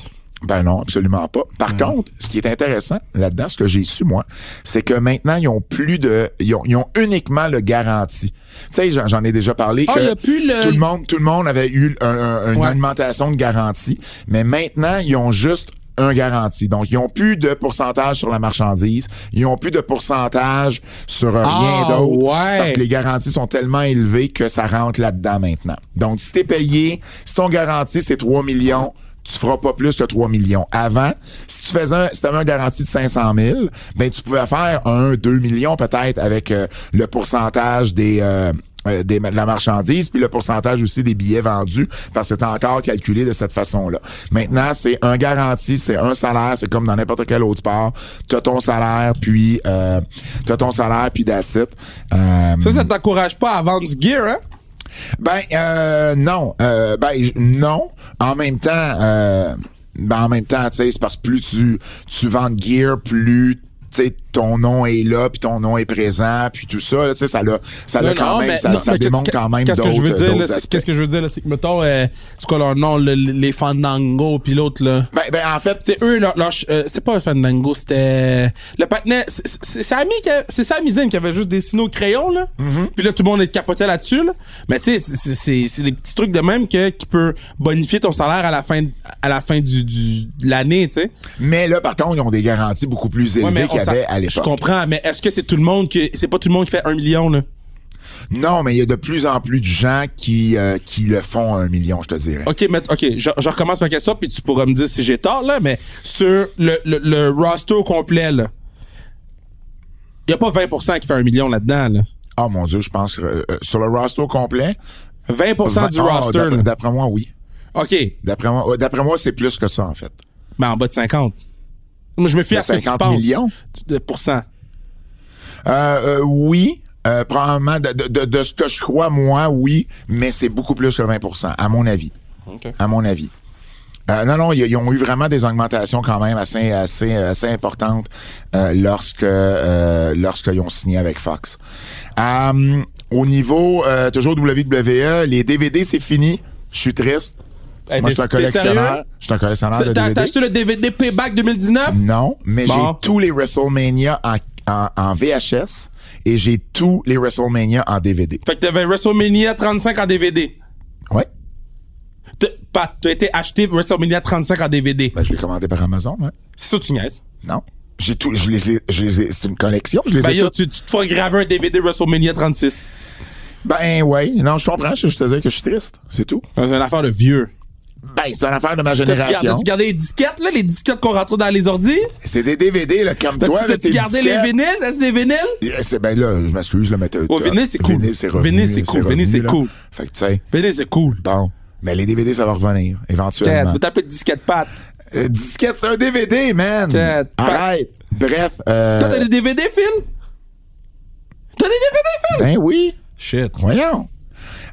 S2: Ben non, absolument pas.
S3: Mm.
S2: Par contre, ce qui est intéressant là-dedans, ce que j'ai su, moi, c'est que maintenant, ils ont plus de. Ils ont, ils ont uniquement le garantie. Tu sais, j'en j'en ai déjà parlé
S3: Ah,
S2: que
S3: il y a plus le-
S2: tout le monde, tout le monde avait eu un- un- une
S3: Ouais.
S2: augmentation de garantie. Mais maintenant, ils ont juste un garantie. Donc, ils ont plus de pourcentage sur la marchandise. Ils ont plus de pourcentage sur euh, rien
S3: Ah,
S2: d'autre.
S3: ouais.
S2: Parce que les garanties sont tellement élevées que ça rentre là-dedans maintenant. Donc, si t'es payé, si ton garantie, c'est 3 millions, tu feras pas plus que 3 millions. Avant, si tu faisais un, si t'avais un garantie de 500 000, ben, tu pouvais faire un, 2 millions peut-être avec euh, le pourcentage des, euh, euh, des- de la marchandise, puis le pourcentage aussi des billets vendus, parce que c'est encore calculé de cette façon-là. Maintenant, c'est un garantie, c'est un salaire, c'est comme dans n'importe quel autre sport. T'as ton salaire, puis euh, t'as ton salaire, puis that's it. Euh,
S3: Ça, ça t'encourage pas à vendre du gear, hein?
S2: ben euh, non, Euh, ben j- non. En même temps, euh, ben en même temps, tu sais, c'est parce que plus tu tu vends de gear, plus tu sais, ton nom est là, puis ton nom est présent, puis tout ça, là, tu sais, ça l'a, ça l'a
S3: Non,
S2: quand
S3: non,
S2: même,
S3: mais-
S2: ça,
S3: non,
S2: ça
S3: mais que-
S2: démontre
S3: que-
S2: quand même
S3: qu'est-ce que je veux
S2: d'autres,
S3: dire, là,
S2: d'autres
S3: c'est-
S2: aspects.
S3: Qu'est-ce que je veux dire, là, c'est que, mettons, euh, c'est quoi leur nom, le- le- les Fandango, puis l'autre, là?
S2: Ben, ben en fait,
S3: C'est eux, leur, leur ch- euh, c'était pas un Fandango, c'était le patinet. C'est c'est Samy qui, a- c'est Samy Zayn qui avait juste dessiné au crayon là.
S2: Mm-hmm.
S3: Puis là tout le monde est capoté là-dessus là. Mais tu sais, c'est- c'est- c'est c'est des petits trucs de même que qui peut bonifier ton salaire à la fin à la fin du, du de l'année, tu sais.
S2: mais là, par contre, ils ont des garanties beaucoup plus
S3: Ouais,
S2: élevées
S3: mais on
S2: qu'il y
S3: s'en-
S2: avait à
S3: Je
S2: l'époque.
S3: comprends, mais est-ce que c'est tout le monde qui c'est pas tout le monde qui fait un million là
S2: Non, mais il y a de plus en plus de gens qui euh, qui le font à un million, je te dirais.
S3: OK, mais OK, je, je recommence ma question puis tu pourras me dire si j'ai tort là, mais sur le, le, le roster au complet là. Il y a pas 20 qui fait un million là-dedans là.
S2: Oh mon dieu, je pense que euh, euh, sur le roster au complet,
S3: 20% du
S2: vingt- oh,
S3: roster.
S2: d'après-
S3: là.
S2: D'après moi, oui.
S3: OK,
S2: D'après moi, ouais, d'après moi, c'est plus que ça en fait.
S3: mais en bas de 50. Moi, je me fie
S2: De
S3: à ce que tu
S2: 50
S3: penses.
S2: millions?
S3: De pourcent.
S2: Euh, euh, oui. Euh, probablement de, de- de- de ce que je crois, moi, oui, mais c'est beaucoup plus que 20 à mon avis. À mon avis. Euh, non, non, ils, ils ont eu vraiment des augmentations quand même assez, assez, assez importantes euh, lorsque euh, lorsqu'ils ont signé avec Fox. Euh, au niveau euh, toujours WWE, les DVD, c'est fini. Je suis triste.
S3: Hey,
S2: Moi, je suis
S3: t'es-
S2: un
S3: t'es
S2: collectionneur. Je suis un collectionneur
S3: sérieux?
S2: de
S3: T'as
S2: DVD.
S3: t'as acheté le DVD Payback 2019?
S2: Non, mais
S3: Bon.
S2: j'ai tous les WrestleMania en, en, en VHS et j'ai tous les WrestleMania en DVD.
S3: Fait que t'avais WrestleMania 35 en DVD.
S2: Ouais.
S3: T'as- Pat, t'as été acheté WrestleMania 35 en DVD.
S2: Ben, je l'ai commandé par Amazon, ouais.
S3: C'est ça, tu niaises.
S2: Non. J'ai tout, je les ai, je les ai- c'est une collection, je les
S3: Ben,
S2: ai
S3: yo,
S2: toutes.
S3: tu, tu te fais graver un DVD WrestleMania 36.
S2: Ben, ouais. Non, je comprends, je je te dis que je suis triste. C'est tout.
S3: C'est une affaire de vieux.
S2: Ben, c'est une affaire de ma
S3: T'as-tu gardé,
S2: génération.
S3: t'as-tu gardé les disquettes, là, les disquettes qu'on rentre dans les ordi?
S2: C'est des DVD, là, comme
S3: T'as-tu
S2: toi, avec
S3: t'as-tu
S2: tes
S3: gardé les
S2: disquettes.
S3: vinyles? Est-ce des vinyles?
S2: Eh, C'est ben là, je m'excuse, là, mais t'as.
S3: Oh,
S2: t'as-
S3: vinyle, c'est cool.
S2: Vinyle, c'est revenu,
S3: Vinyle, c'est cool.
S2: revenu,
S3: Vinyle, c'est
S2: là.
S3: cool.
S2: Fait que, tu sais,
S3: Vinyles, c'est cool.
S2: bon. Mais les DVD, ça va revenir,
S3: T'as-
S2: éventuellement.
S3: Vous tapez disquette, Pat.
S2: Euh, disquette, c'est un DVD, man.
S3: T'as-
S2: Arrête. Bref,
S3: Toi, t'as
S2: euh,
S3: des DVD, Phil? T'as des DVD, Phil?
S2: ben oui.
S4: Shit.
S2: Voyons.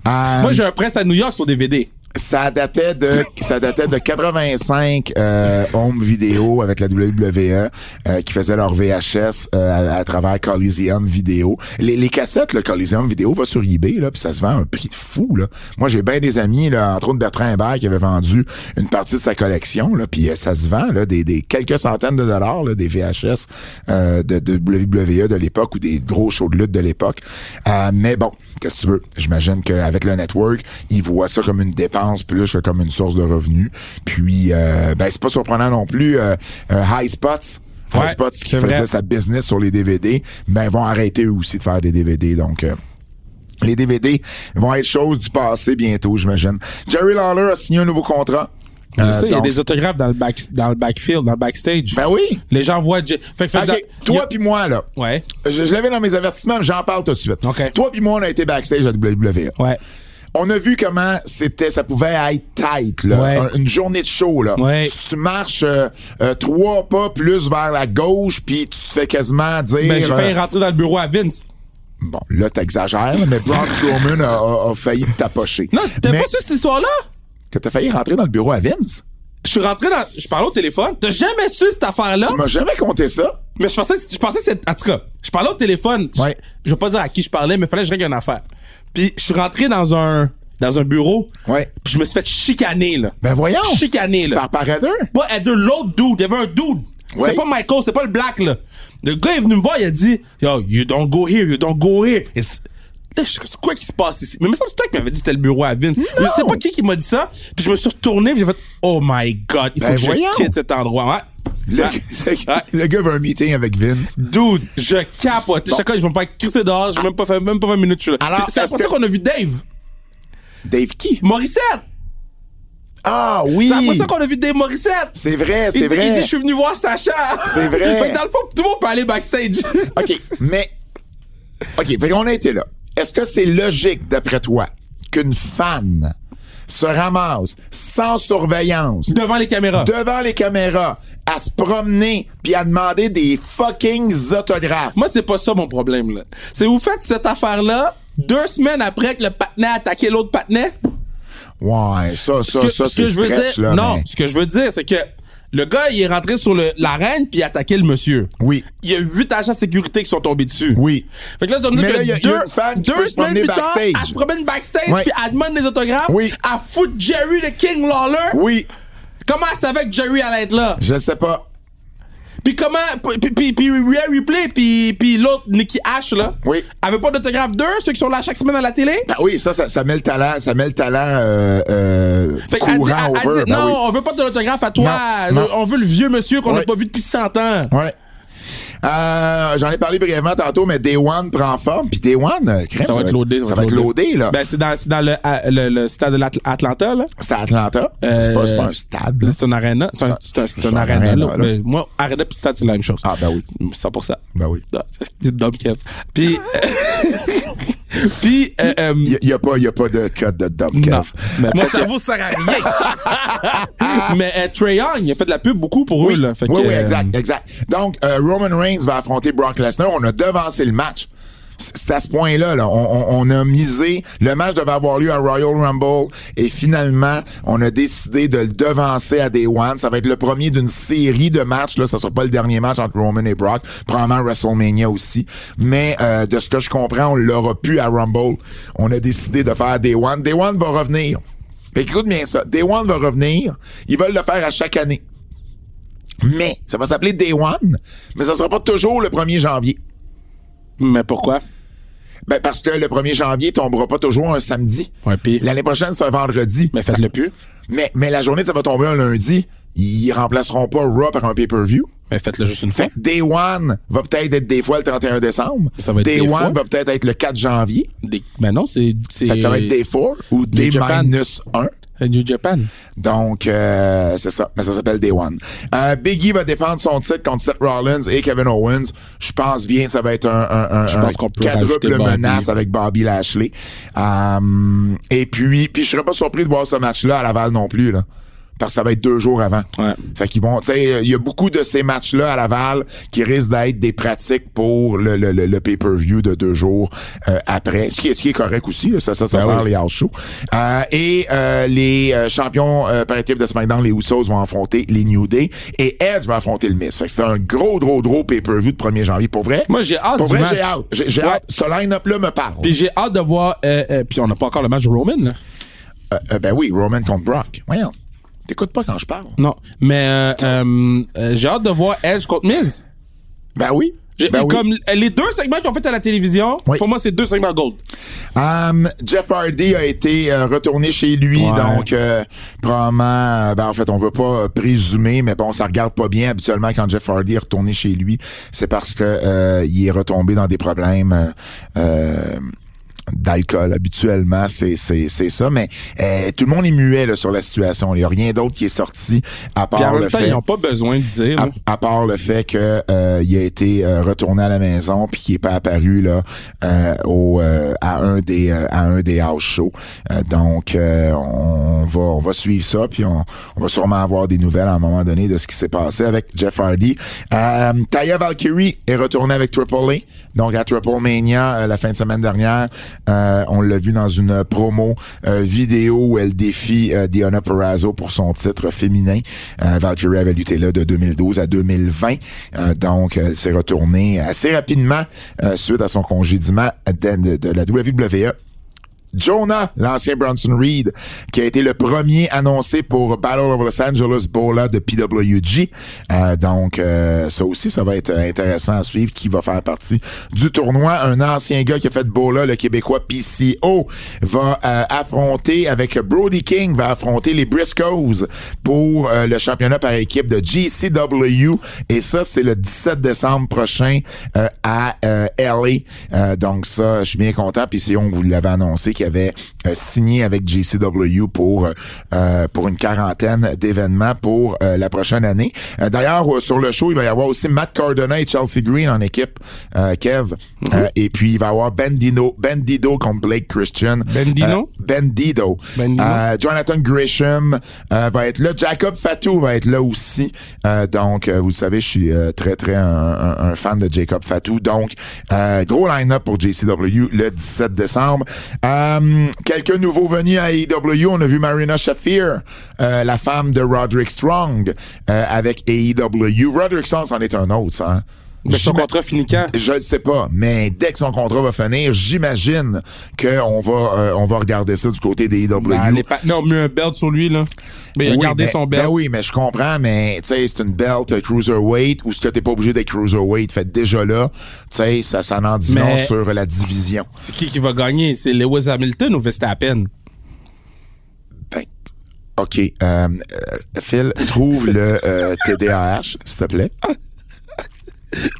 S2: Euh,
S3: Moi, j'ai un presse à New York sur DVD.
S2: ça datait de ça datait de 85 euh, home vidéo avec la WWE euh, qui faisait leur VHS euh, à, à travers Coliseum vidéo. Les, les cassettes le Coliseum vidéo va sur eBay là puis ça se vend à un prix de fou là. Moi j'ai bien des amis là entre autres Bertrand Hébert qui avait vendu une partie de sa collection là puis euh, ça se vend là des, des quelques centaines de dollars là, des VHS euh, de, de WWE de l'époque ou des gros shows de lutte de l'époque. Euh, mais bon, qu'est-ce que tu veux J'imagine qu'avec le network, ils voient ça comme une dépense plus que comme une source de revenus. Puis, euh, ben, c'est pas surprenant non plus. euh, euh, High Spots,
S3: Ouais,
S2: High Spots qui
S3: c'est vrai.
S2: faisait sa business sur les DVD, ben, vont arrêter eux aussi de faire des DVD. Donc, euh, les DVD vont être choses du passé bientôt, j'imagine. Jerry Lawler a signé un nouveau contrat. Euh,
S3: Je sais, il y a
S2: donc-
S3: des autographes dans le, back, dans le backfield, dans le backstage.
S2: Ben oui.
S3: Les gens voient. J- Fait, que- fait que
S2: Ok,
S3: dans- y
S2: toi
S3: a-
S2: puis moi, là.
S3: Ouais.
S2: Je, je l'avais dans mes avertissements, mais j'en parle tout de suite.
S3: Ok.
S2: Toi puis moi, on a été backstage à WWE.
S3: Ouais.
S2: On a vu comment c'était, ça pouvait être tight, là.
S3: Ouais.
S2: Un- Une journée de show, là.
S3: Ouais.
S2: Si tu marches euh, euh, trois pas plus vers la gauche, puis tu te fais quasiment dire.
S3: Ben, j'ai failli
S2: euh,
S3: rentrer dans le bureau à Vince.
S2: bon, là, t'exagères, mais Braun Strowman a, a- a failli te tapocher.
S3: Non, t'as
S2: mais
S3: pas su cette histoire-là?
S2: que t'as failli rentrer dans le bureau à Vince?
S3: Je suis rentré dans. Je parlais au téléphone. T'as jamais su cette affaire-là?
S2: Tu m'as jamais conté ça?
S3: Mais je pensais, je pensais que c'était. En tout cas, je parlais au téléphone. Je-
S2: Ouais.
S3: Je, vais pas dire à qui je parlais, mais fallait que je règle une affaire. Puis je suis rentré dans un. Dans un bureau.
S2: Ouais.
S3: Puis je me suis fait chicaner, là.
S2: Ben voyons!
S3: Chicaner, là.
S2: Par Parader?
S3: pas Heather, l'autre dude. Il y avait un dude.
S2: Ouais.
S3: C'est pas Michael, c'est pas le black, là. Le gars est venu me voir, il a dit, Yo, you don't go here, you don't go here. Et c'est- Là, je- c'est quoi qui se passe ici? Mais il me semble que c'est toi qui m'avais dit que c'était le bureau à Vince. Je sais pas qui qui m'a dit ça. Puis je me suis retourné, puis j'ai fait, oh my god, il faut
S2: Ben
S3: que
S2: voyons.
S3: je quitte cet endroit. Ouais.
S2: Le,
S3: Ouais.
S2: le-
S3: Ouais.
S2: le gars veut un meeting avec Vince.
S3: Dude, je capote. Chacun, ils vont me faire crisser dehors. J'ai même pas fait, même pas 20 minutes, je suis là.
S2: Alors,
S3: c'est
S2: est-ce
S3: pour ça
S2: que-
S3: qu'on a vu Dave.
S2: Dave qui?
S3: Morissette.
S2: Ah oui!
S3: C'est après ça qu'on a vu Dave Morissette.
S2: C'est vrai,
S3: Il
S2: c'est
S3: dit,
S2: vrai.
S3: il dit, je suis venu voir Sacha.
S2: C'est vrai.
S3: Fait que dans le fond, tout le monde peut aller backstage.
S2: OK, mais. OK, fait qu'on a été là. Est-ce que c'est logique, d'après toi, qu'une fan se ramasse sans surveillance
S3: Devant les caméras.
S2: devant les caméras à se promener puis à demander des fucking autographes?
S3: Moi, c'est pas ça mon problème, là. C'est vous faites cette affaire-là deux semaines après que le patinet a attaqué l'autre patinet.
S2: Ouais, ça,
S3: Ce
S2: ça,
S3: que,
S2: ça,
S3: ce
S2: c'est
S3: que je veux
S2: stretch,
S3: dire,
S2: là.
S3: non,
S2: mais-
S3: ce que je veux dire, c'est que le gars, il est rentré sur le- l'arène puis il a attaqué le monsieur.
S2: Oui.
S3: Il y a huit agents de sécurité qui sont tombés dessus.
S2: Oui.
S3: Fait que là, tu vas me dire
S2: Mais là,
S3: que
S2: il y a- il y a
S3: deux,
S2: une fan qui peut
S3: deux
S2: se
S3: semaines
S2: promener
S3: plus tard,
S2: backstage.
S3: elle se promène backstage
S2: Ouais.
S3: puis elle demande des autographes.
S2: Oui.
S3: Elle fout Jerry le King Lawler.
S2: Oui,
S3: Comment elle savait que Jerry allait être là?
S2: je sais pas.
S3: Puis comment. Puis, puis, puis Rhea Ripley, puis, puis l'autre, Nikki H, là.
S2: Oui.
S3: Avait pas d'autographe d'eux, ceux qui sont là chaque semaine à la télé.
S2: Ben oui, ça, ça, ça met le talent, ça met le talent euh, euh,
S3: Fait qu'elle
S2: courant
S3: dit, elle- elle
S2: over.
S3: dit,
S2: Ben
S3: non,
S2: oui.
S3: on veut pas de l'autographe à toi.
S2: Non, non.
S3: On veut le vieux monsieur qu'on n'a
S2: Ouais.
S3: pas vu depuis 100 ans.
S2: Ouais. Euh, J'en ai parlé brièvement tantôt, mais Day One prend forme. Puis Day One, euh, crème,
S3: Ça va être loadé.
S2: Ça va être loadé, là.
S3: Ben, c'est dans, c'est dans le, à- le, le stade de l'Atlanta, là. Euh,
S2: c'est à Atlanta. c'est pas, c'est pas un stade. là.
S3: C'est un arena. C'est un, c'est un, c'est un arena, là.
S2: là.
S3: Mais moi, arena puis stade, c'est la même chose.
S2: Ah, ben oui.
S3: 100%.
S2: Ben oui.
S3: Ah, C'est dumb, Kev. Puis. euh, puis. euh, euh,
S2: Il n'y a, pas- y a pas de code de dump,
S3: non.
S2: Kev.
S3: Mais
S4: Mon
S3: parce que-
S4: cerveau sert à rien.
S3: Mais euh, Trae Young, il a fait de la pub beaucoup pour eux. Là. Fait
S2: oui,
S3: que,
S2: oui,
S3: euh,
S2: exact, exact. Donc, euh, Roman Reigns va affronter Brock Lesnar. On a devancé le match. C- C'est à ce point-là, là. On, on- on a misé. Le match devait avoir lieu à Royal Rumble et finalement, on a décidé de le devancer à Day One. Ça va être le premier d'une série de matchs. Là, ça sera pas le dernier match entre Roman et Brock. Probablement WrestleMania aussi. Mais euh, de ce que je comprends, on l'aura pu à Rumble. On a décidé de faire Day One. Day One va revenir. Fait que écoute bien ça. Day One va revenir. Ils veulent le faire à chaque année. Mais ça va s'appeler Day One, mais ça sera pas toujours le 1er janvier.
S3: Mais pourquoi?
S2: Ben, parce que le 1er janvier tombera pas toujours un samedi.
S3: Ouais, puis-
S2: L'année prochaine, c'est un vendredi.
S3: Mais
S2: Ça-
S3: faites-le plus.
S2: Mais, mais la journée, ça va tomber un lundi. Ils remplaceront pas Raw par un pay-per-view.
S3: Mais faites-le juste une fois.
S2: Fait que Day One va peut-être être des fois le 31 décembre.
S3: Ça va être
S2: Day
S3: des
S2: One
S3: fois.
S2: va peut-être être le 4 janvier.
S3: Des- Ben non, c'est. c'est-
S2: Fait que ça va être Day 4 ou Day
S3: Japan.
S2: minus 1.
S3: Euh, New Japan.
S2: Donc, euh, c'est ça. Mais ça s'appelle Day One. Euh, Biggie va défendre son titre contre Seth Rollins et Kevin Owens. Je pense bien que ça va être un, un, un,
S3: Je pense
S2: un
S3: qu'on peut
S2: quadruple
S3: rajouter Bobby.
S2: menace avec Bobby Lashley. Euh, et puis, puis je serais pas surpris de voir ce match-là à Laval non plus, là. Parce que ça va être deux jours avant.
S3: Ouais.
S2: Fait qu'ils vont, tu sais, il y a beaucoup de ces matchs-là à Laval qui risquent d'être des pratiques pour le, le, le, le pay-per-view de deux jours euh, après. Ce qui, est, ce qui est correct aussi, là, ça, ça, ça
S3: Ben
S2: sert
S3: oui.
S2: les house shows. Euh, et euh, les euh, champions euh, par équipe de SmackDown, les Usos, vont affronter les New Day et Edge va affronter le Miz. Fait que c'est un gros, gros, gros pay-per-view de 1er janvier. Pour vrai,
S3: Moi, j'ai hâte
S2: Pour
S3: du
S2: vrai,
S3: match.
S2: j'ai hâte. J'ai j'ai
S3: Ouais.
S2: hâte. Ce line-up-là me parle.
S3: Puis j'ai hâte de voir. euh, euh, puis on n'a pas encore le match de Roman, là.
S2: Euh, euh, ben oui, Roman contre Brock. Voyons. T'écoutes pas quand je parle.
S3: Non. Mais euh, euh, euh, j'ai hâte de voir Edge contre Miz.
S2: Ben oui.
S3: J'ai-
S2: Ben oui.
S3: Comme euh, les deux segments qu'ils ont fait à la télévision,
S2: Oui.
S3: pour moi, c'est deux segments gold.
S2: Um, Jeff Hardy a été euh, retourné chez lui,
S3: Ouais.
S2: donc euh, probablement, euh, ben, en fait, on veut pas euh, présumer, mais bon, ça regarde pas bien habituellement quand Jeff Hardy est retourné chez lui, c'est parce que euh, il est retombé dans des problèmes. euh, euh, d'alcool habituellement c'est c'est c'est ça mais euh, tout le monde est muet là, sur la situation il y a rien d'autre qui est sorti à part
S3: Puis en
S2: le
S3: même temps,
S2: fait
S3: ils n'ont pas besoin de dire. là.
S2: à, à part le fait que euh, il a été euh, retourné à la maison puis qu'il est pas apparu là euh, au euh, à un des euh, à un des house shows. Euh, donc euh, on va on va suivre ça puis on, on va sûrement avoir des nouvelles à un moment donné de ce qui s'est passé avec Jeff Hardy. Euh, Taya Valkyrie est retournée avec Triple A. Donc à Triple Mania euh, la fin de semaine dernière, euh, on l'a vu dans une promo euh, vidéo où elle défie euh, Diana Perazzo pour son titre féminin. Euh, Valkyrie avait lutté là de 2012 à 2020. Euh, donc, elle s'est retournée assez rapidement euh, suite à son congédiement de, de- de la E. WWE. Jonah, l'ancien Bronson Reed, qui a été le premier annoncé pour Battle of Los Angeles Bola de PWG. Euh, donc, euh, ça aussi, ça va être intéressant à suivre qui va faire partie du tournoi. Un ancien gars qui a fait Bola, le Québécois PCO, va euh, affronter avec Brody King, va affronter les Briscoes pour euh, le championnat par équipe de GCW. Et ça, c'est le 17 décembre prochain euh, à euh, LA. Euh, donc ça, je suis bien content. Puis si on vous l'avait annoncé qu'il avait euh, signé avec JCW pour euh, euh, pour une quarantaine d'événements pour euh, la prochaine année. Euh, D'ailleurs, euh, sur le show, il va y avoir aussi Matt Cardona et Chelsea Green en équipe, euh, Kev. Euh, et puis il va y avoir Bandino, Bandido contre Blake Christian.
S3: Bandino?
S2: Euh, Bandido.
S3: Bandino.
S2: Euh, euh, Jonathan Grisham euh, va être là. Jacob Fatou va être là aussi. Euh, donc, euh, vous savez, je suis euh, très, très un, un- un fan de Jacob Fatou. Donc, euh, gros line-up pour JCW le 17 décembre. Euh, quelques nouveaux venus à AEW. On a vu Marina Shafir, euh, la femme de Roderick Strong, euh, avec AEW. Roderick Strong, c'en est un autre, ça. hein?
S3: Mais son
S2: J'ima-
S3: contrat finit quand?
S2: je le sais pas, mais dès que son contrat va finir, j'imagine qu'on va euh, on va regarder ça du côté des IW.
S3: Ben, les partenaires ont mis un belt sur lui, là. Mais il a
S2: Ah, Oui,
S3: gardé
S2: mais-
S3: son belt.
S2: Ben oui, mais je comprends, mais tu sais, c'est une belt euh, cruiserweight ou ce que t'es pas obligé d'être cruiserweight. Fait que déjà là, tu sais, ça, ça en dit
S3: Mais-
S2: long sur la division.
S3: C'est qui qui va gagner? C'est Lewis Hamilton ou Verstappen?
S2: Ben, OK. euh, euh, Phil, trouve le euh, TDAH, s'il te plaît.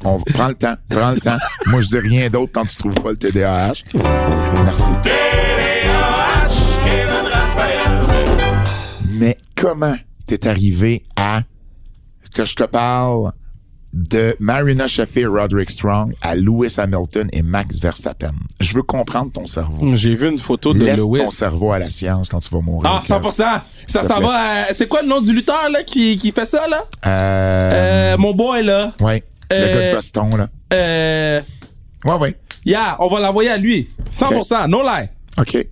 S2: On va- prends le temps, prends le temps. Moi, je dis rien d'autre quand tu trouves pas le TDAH. Merci. Mais comment t'es arrivé à que je te parle de Marina Shafir, Roderick Strong à Lewis Hamilton et Max Verstappen? Je veux comprendre ton cerveau.
S3: Hmm, J'ai vu une photo Mm. de
S2: Laisse
S3: Lewis.
S2: ton cerveau à la science quand tu vas mourir.
S3: Ah,
S2: Kev.
S3: 100%! Ça,
S2: te
S3: ça
S2: plaît.
S3: va. à- C'est quoi le nom du lutteur, là, qui, qui fait ça, là?
S2: Euh,
S3: Euh, mon boy, là.
S2: ouais. le
S3: euh,
S2: gars de Boston, là.
S3: Euh,
S2: Ouais, ouais.
S3: yeah, on va l'envoyer à lui. 100%, non lie.
S2: OK.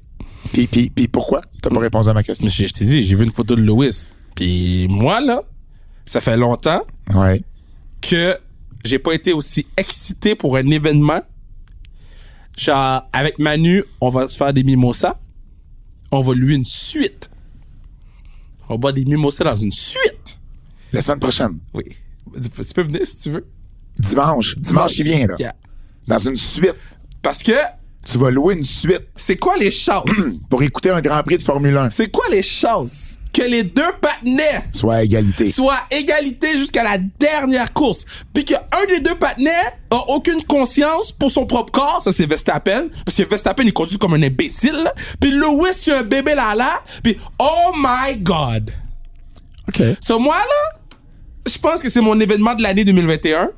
S2: Puis, puis, puis pourquoi? T'as pas répondu à ma question.
S3: Mais Je, je t'ai dit, j'ai vu une photo de Lewis. Puis moi, là, ça fait longtemps
S2: Ouais.
S3: que j'ai pas été aussi excité pour un événement. Genre, avec Manu, on va se faire des mimosas. On va lui une suite. On boit des mimosas dans une suite.
S2: La semaine prochaine.
S3: Oui. Tu peux venir si tu veux.
S2: Dimanche. Dimanche qui vient, là.
S3: Yeah.
S2: Dans une suite.
S3: Parce que
S2: Tu vas louer une suite
S3: c'est quoi les chances?
S2: pour écouter un Grand Prix de Formule 1.
S3: c'est quoi les chances que les deux patinets
S2: Soit à égalité.
S3: soient égalité jusqu'à la dernière course, puis que un des deux patinets a aucune conscience pour son propre corps, ça c'est Verstappen, parce que Verstappen il conduit comme un imbécile, là. puis Lewis c'est un bébé là là, puis oh my god.
S2: OK.
S3: So moi là, je pense que c'est mon événement de l'année 2021.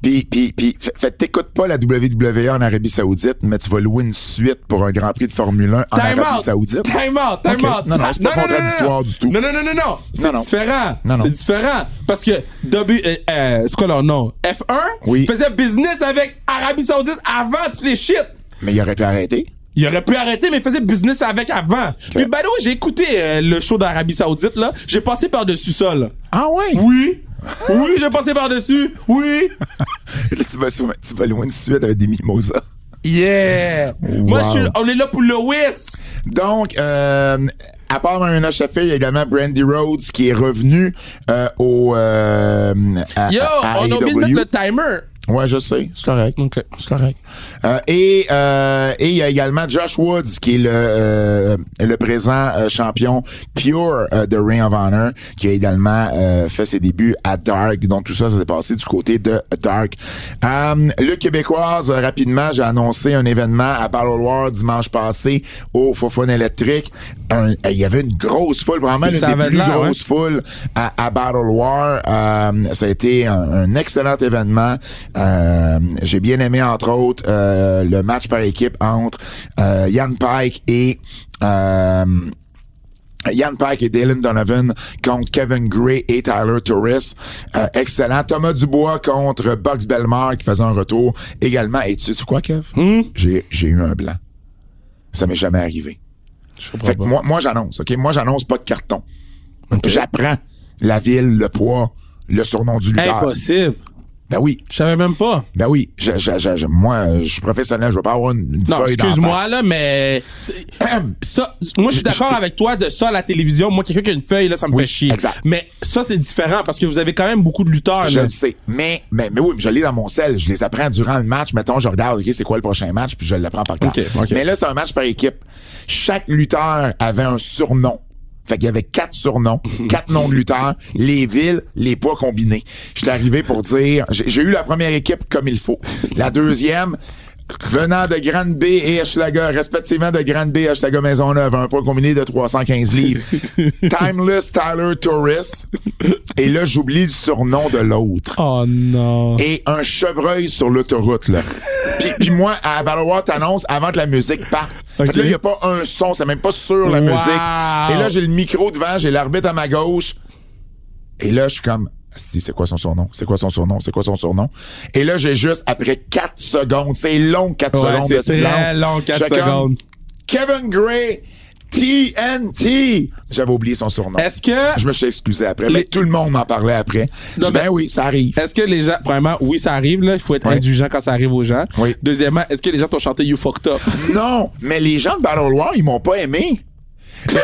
S2: Puis, puis, puis, fait- fait, t'écoutes pas la WWE en Arabie Saoudite, mais tu vas louer une suite pour un Grand Prix de Formule 1 en
S3: Time
S2: Arabie
S3: out.
S2: Saoudite.
S3: Time out, time
S2: Ok.
S3: out.
S2: Non, non, c'est pas
S3: non, non,
S2: contradictoire
S3: non.
S2: du tout.
S3: Non, non, non, non, non.
S2: non.
S3: C'est différent.
S2: Non, non.
S3: C'est différent. Parce que W, euh, euh, c'est quoi leur nom? F1
S2: Oui.
S3: faisait business avec Arabie Saoudite avant tous les shit.
S2: Mais il aurait pu arrêter.
S3: Il aurait pu arrêter, mais il faisait business avec avant. Puis, by the way, j'ai écouté euh, le show d'Arabie Saoudite, là. J'ai passé par-dessus ça, là.
S2: Ah ouais?
S3: Oui. oui, j'ai passé par-dessus. Oui.
S2: tu, vas, sou- tu vas louer une suite avec des mimosas.
S3: Yeah. Moi, je suis,
S2: Wow.
S3: on est là pour Lewis.
S2: Donc, euh, à part Marina Sheffield, il y a également Brandy Rhodes qui est revenu euh, au. Euh, à-
S3: Yo,
S2: à- à
S3: on a oublié de
S2: AEW.
S3: mettre le timer.
S2: Ouais, je sais, c'est correct.
S3: OK.
S2: C'est correct. Euh, et euh, et il y a également Josh Woods qui est le euh, le présent euh, champion pure euh, de Ring of Honor qui a également euh, fait ses débuts à Dark. Donc tout ça, ça s'est passé du côté de Dark. Euh, le québécoise euh, rapidement, j'ai annoncé un événement à Battle War dimanche passé au Fofone électrique. Un- euh, Il y avait une grosse foule, vraiment l'une
S3: Ça
S2: des
S3: avait
S2: plus
S3: l'air, hein? ouais.
S2: grosses foule à, à Battle War. Euh, ça a été un, un excellent événement. Euh, J'ai bien aimé, entre autres, euh, le match par équipe entre euh, Yann Pike et... Euh, Yann Pike et Dylan Donovan contre Kevin Gray et Tyler Torres. Euh, excellent. Thomas Dubois contre Bugs Belmar qui faisait un retour également. Et tu sais quoi, Kev? J'ai j'ai eu un blanc. Ça m'est jamais arrivé. Fait que moi, moi j'annonce, OK? Moi, j'annonce pas de carton. J'apprends la ville, le poids, le surnom du lutteur.
S3: Impossible.
S2: Ben oui,
S3: Je savais même pas.
S2: ben oui. Je, je, je- je- moi, je suis professionnel, je veux pas avoir une, une
S3: Non,
S2: feuille d'en
S3: excuse-moi
S2: face.
S3: là, mais c'est- ça, moi je suis d'accord avec toi de ça à la télévision. Moi, quelqu'un qui a une feuille là, ça me
S2: Oui,
S3: fait chier.
S2: exact.
S3: Mais ça c'est différent parce que vous avez quand même beaucoup de lutteurs.
S2: Je
S3: là.
S2: le sais. Mais, mais, mais oui, mais je l'ai dans mon sel. Je les apprends durant le match. Mettons, je regarde, OK, c'est quoi le prochain match, puis je l'apprends par cœur.
S3: OK, OK.
S2: Mais là, c'est un match par équipe. Chaque lutteur avait un surnom. Fait qu'il y avait quatre surnoms, quatre noms de lutteurs, les villes, les poids combinés. J'étais arrivé pour dire, j'ai j'ai eu la première équipe comme il faut. La deuxième, venant de Grande B et Hochelaga, respectivement de Grande B et Hochelaga Maisonneuve, un poids combiné de 315 livres. Timeless Tyler Torres. Et là, j'oublie le surnom de l'autre
S3: Oh non.
S2: et un chevreuil sur l'autoroute là. puis, puis moi à Battle War t'annonce avant que la musique parte. Fait que
S3: Ok.
S2: là il y a pas un son, c'est même pas sur la
S3: Wow.
S2: musique. Et là j'ai le micro devant, j'ai l'arbitre à ma gauche. Et là je suis comme Asti, c'est quoi son surnom? C'est quoi son surnom? C'est quoi son surnom? Et là, j'ai juste, après 4 secondes, c'est long 4
S3: Ouais,
S2: secondes
S3: c'est
S2: de
S3: très
S2: silence.
S3: long, quatre
S2: J'étais comme,
S3: secondes.
S2: Kevin Gray, TNT! J'avais oublié son surnom.
S3: Est-ce que
S2: Je me suis excusé après. Mais
S3: Les-
S2: tout le monde m'en parlait après. J'ai dit,
S3: Non, mais-
S2: ben oui, ça arrive.
S3: est-ce que les gens, premièrement, oui, ça arrive là, il faut être
S2: Ouais.
S3: indulgent quand ça arrive aux gens.
S2: Oui.
S3: Deuxièmement, est-ce que les gens t'ont chanté You Fucked Up?
S2: Non, mais les gens de Battle War, ils m'ont pas aimé. Je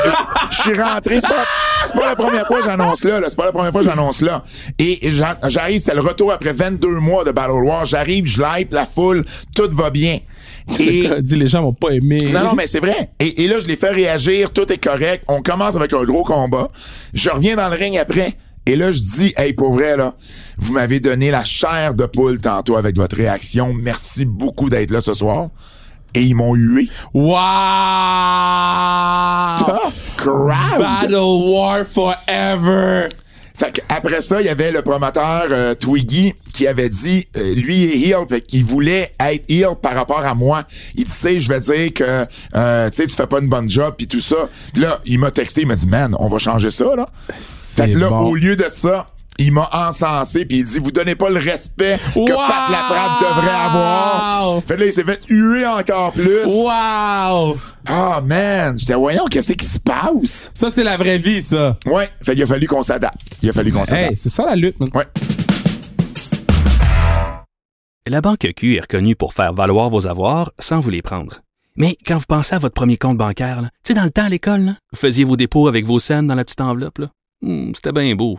S2: je suis rentré, c'est pas, c'est pas la première fois que j'annonce là, là. c'est pas la première fois que j'annonce là. Et et j'en- j'arrive, c'est le retour après 22 mois de Battle War, j'arrive, je hype, la foule, tout va bien. Et
S3: Dit les gens m'ont pas aimé.
S2: non, non, mais c'est vrai. Et, et là, je les fais réagir, tout est correct. On commence avec un gros combat. Je reviens dans le ring après. Et là, je dis, hey, pour vrai, là, vous m'avez donné la chair de poule tantôt avec votre réaction. Merci beaucoup d'être là ce soir. Et ils m'ont hué.
S3: Wow.
S2: Tough crowd!
S3: Battle War forever.
S2: Fait que après ça, il y avait le promoteur euh, Twiggy qui avait dit euh, lui est heel, fait qu'il voulait être heel par rapport à moi. Il dit tu sais, je vais dire que euh, tu sais, tu fais pas une bonne job puis tout ça. Puis là, il m'a texté, il m'a dit man, on va changer ça là. Fait que là,
S3: bon.
S2: au lieu de ça, il m'a encensé puis il dit vous donnez pas le respect que
S3: Wow!
S2: Pat Laprade devrait avoir. Fait que là, il s'est fait huer encore plus.
S3: Wow.
S2: Ah man, j'étais voyons qu'est-ce qui se passe.
S3: Ça c'est la vraie vie ça.
S2: Ouais, fait qu'il a fallu qu'on s'adapte. Il a fallu qu'on s'adapte.
S3: Hey, c'est ça la lutte, man.
S2: Ouais.
S5: La Banque Q est reconnue pour faire valoir vos avoirs sans vous les prendre. Mais quand vous pensez à votre premier compte bancaire, là, tu sais, dans le temps à l'école, là, vous faisiez vos dépôts avec vos scènes dans la petite enveloppe. là. Hum, C'était bien beau.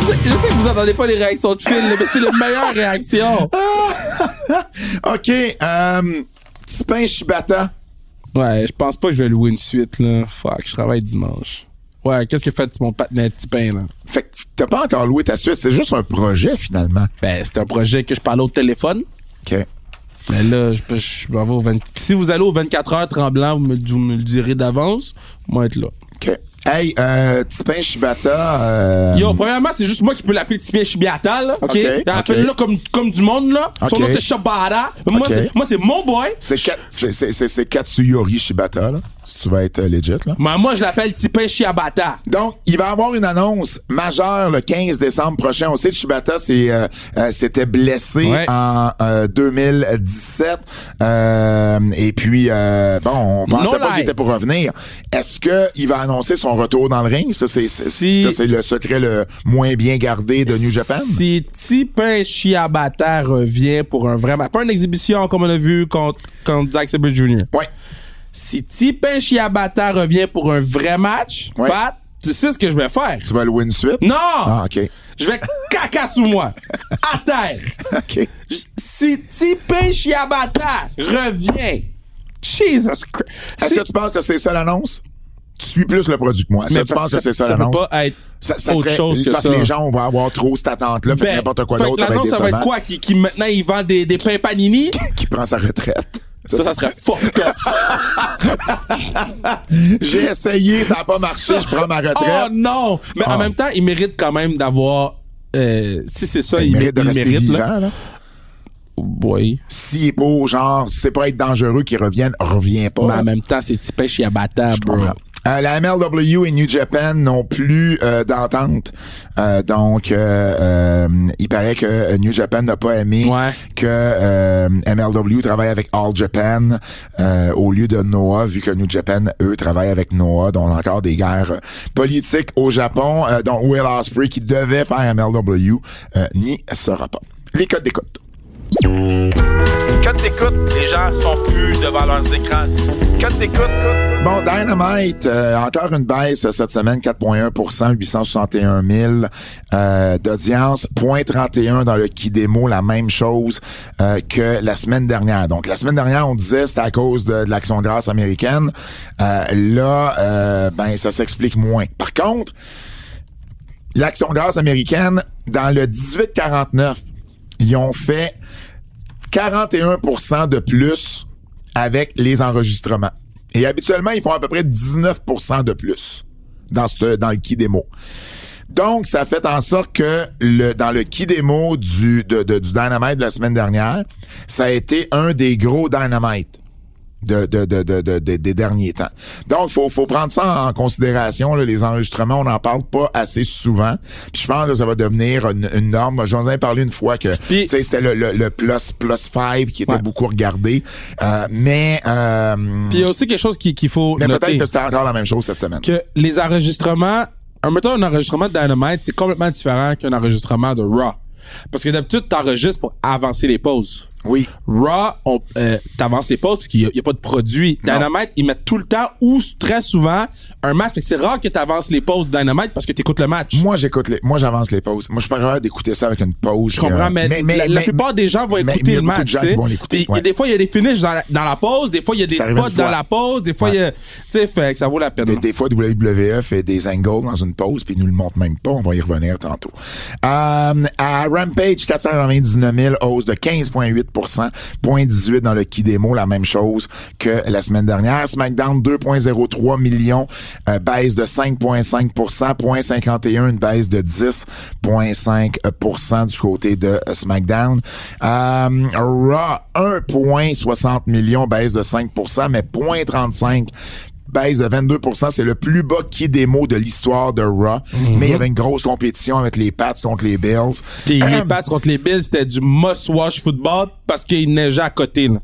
S3: Je sais, je sais que vous entendez pas les réactions de Phil, là, mais c'est la meilleure réaction.
S2: OK. Euh, petit pain Shibata.
S3: Ouais, je pense pas que je vais louer une suite, là. Fuck, je travaille dimanche. Ouais, qu'est-ce que fait mon patinet petit pain, là?
S2: Fait que t'as pas encore loué ta Suisse. C'est juste un projet, finalement.
S3: Ben, c'est un projet que je parle au téléphone.
S2: OK.
S3: Mais là, je, peux- je m'en vais au 20 Si vous allez aux 24 heures tremblant, vous me, vous me le direz d'avance, moi être là.
S2: OK. Hey, euh, petit pain Shibata. euh,
S3: Yo, premièrement, c'est juste moi qui peux l'appeler Tibia Shibiata, là. OK?
S2: Ok,
S3: Appelle-le
S2: ok.
S3: comme, comme du monde, là. Son
S2: Ok.
S3: nom, c'est Shabara. Moi,
S2: Ok.
S3: c'est- moi, c'est mon boy.
S2: C'est Kat- c'est- c'est- c'est- c'est Katsuyori Shibata, là. Si tu vas être euh, legit, là.
S3: Mais moi, je l'appelle Tipin Shiabata.
S2: Donc, il va y avoir une annonce majeure le 15 décembre prochain. On sait que Shibata c'est, euh, euh, s'était blessé
S3: Ouais.
S2: en euh, 2017. Euh, et puis, euh, bon, on pensait
S3: No
S2: pas
S3: lie.
S2: qu'il était pour revenir. Est-ce que il va annoncer son retour dans le ring? Ça, c'est, c'est-
S3: Si-
S2: ça, c'est le secret le moins bien gardé de New Japan.
S3: Si Tipin Shiabata revient pour un vrai match, pas une exhibition comme on a vu contre, contre Zack Sabre Jr.
S2: Ouais.
S3: Si Tipin Shiabata revient pour un vrai match,
S2: Ouais.
S3: Pat, tu sais ce que je vais faire.
S2: Tu vas louer une suite?
S3: Non!
S2: Ah, OK.
S3: Je vais caca sous moi. À terre.
S2: OK.
S3: J- Si Tipin Chiabata revient, Jesus Christ.
S2: Est-ce que tu penses que c'est ça l'annonce? Tu suis plus le produit que moi. Est-ce que tu penses que c'est ça,
S3: peut
S2: l'annonce?
S3: pas être
S2: Ça, ça
S3: autre
S2: serait-
S3: chose que
S2: parce
S3: ça.
S2: que les gens vont avoir trop cette attente-là. Fait que
S3: Ben,
S2: n'importe quoi
S3: fait que
S2: d'autre, ça va être
S3: l'annonce, ça va être
S2: décevant.
S3: quoi? Qui, qui maintenant, il vend des, des pains panini?
S2: Qui prend sa retraite.
S3: ça, ça serait fucked up. ça.
S2: J'ai essayé, ça n'a pas marché, je prends ma
S3: Oh
S2: retraite.
S3: non! Mais en
S2: Ah.
S3: même temps, il mérite quand même d'avoir... euh, si c'est ça,
S2: il,
S3: il,
S2: mérite de
S3: mérite,
S2: rester
S3: il mérite,
S2: vivant,
S3: là.
S2: là.
S3: Oui.
S2: S'il est pas genre, c'est pas être dangereux qu'il revienne, reviens pas.
S3: Mais en même temps, c'est Tipin Chiabata, bro.
S2: Euh, la MLW et New Japan n'ont plus euh, d'entente. Euh, donc, euh, euh, il paraît que euh, New Japan n'a pas aimé
S3: Ouais.
S2: que euh, MLW travaille avec All Japan euh, au lieu de Noah, vu que New Japan, eux, travaillent avec Noah. Donc, encore des guerres euh, politiques au Japon, euh, dont Will Ospreay, qui devait faire MLW, euh, n'y sera pas. Les codes d'écoute.
S3: Quand t'écoutes, les gens sont plus devant leurs écrans. Quand t'écoutes...
S2: Bon, Dynamite, euh, encore une baisse euh, cette semaine, 4,1 861 000 euh, d'audience, 0.31 dans le qui démo, la même chose euh, que la semaine dernière. Donc, la semaine dernière, on disait c'était à cause de, de l'action de grâce américaine. Euh, là, euh, ben, ça s'explique moins. Par contre, l'action de grâce américaine, dans le 18-49, ils ont fait 41 de plus avec les enregistrements. Et habituellement, ils font à peu près 19 de plus dans, ce, dans le qui démo. Donc, ça a fait en sorte que le, dans le qui démo du, de, de- du Dynamite de la semaine dernière, ça a été un des gros Dynamite de, de, de, de- de- de- des derniers temps. Donc, faut, faut prendre ça en considération. là. les enregistrements, on n'en parle pas assez souvent. Puis je pense que ça va devenir une, une norme. J'en ai parlé une fois que
S3: Puis-
S2: tu sais, c'était le, le, le plus plus 5 qui était
S3: Ouais.
S2: beaucoup regardé. Euh, mais euh,
S3: Puis il y a aussi quelque chose qui- qu'il faut
S2: mais
S3: noter.
S2: peut-être que c'était encore la même chose cette semaine.
S3: que les enregistrements, un mettons un enregistrement de Dynamite, c'est complètement différent qu'un enregistrement de Raw. Parce que d'habitude, t'enregistres pour avancer les pauses.
S2: Oui.
S3: Raw, on, euh, t'avances les pauses parce qu'il n'y a, pas de produit.
S2: Non.
S3: Dynamite, ils mettent tout le temps ou très souvent un match. Fait que c'est rare que t'avances les pauses de Dynamite parce que t'écoutes le match.
S2: Moi, j'écoute les, moi, j'avance les pauses. Moi, je suis pas capable d'écouter ça avec une pause. euh,
S3: Je comprends, mais, la, la plupart des gens vont
S2: mais-
S3: écouter
S2: mais il y a
S3: le
S2: beaucoup de
S3: match.
S2: gens
S3: tu sais.
S2: qui vont l'écouter,
S3: Puis,
S2: ouais.
S3: et Des fois, il y a des finishes dans la, dans la pause, des fois, il y a des
S2: Ça arrive une
S3: spots dans
S2: fois.
S3: la pause, des fois,
S2: Ouais.
S3: il y a. Tu sais, fait que ça vaut la peine.
S2: Des, des fois, WWE fait des angles dans une pause, puis ils nous le montrent même pas. On va y revenir tantôt. Euh, à Rampage, 499 000, hausse de 15,8 0,18 dans le qui démo, la même chose que la semaine dernière. SmackDown, 2,03 millions, euh, baisse de 5,5 0,51, une baisse de 10,5 du côté de SmackDown. Euh, Raw, 1,60 millions, baisse de 5 mais 0,35 baisse de 22 C'est le plus bas qui démo de l'histoire de Raw.
S3: Mhm.
S2: Mais il y avait une grosse compétition avec les Pats contre les Bills. Euh,
S3: Puis les passes contre les Bills, c'était du must-watch football parce qu'il neigeait à côté. là.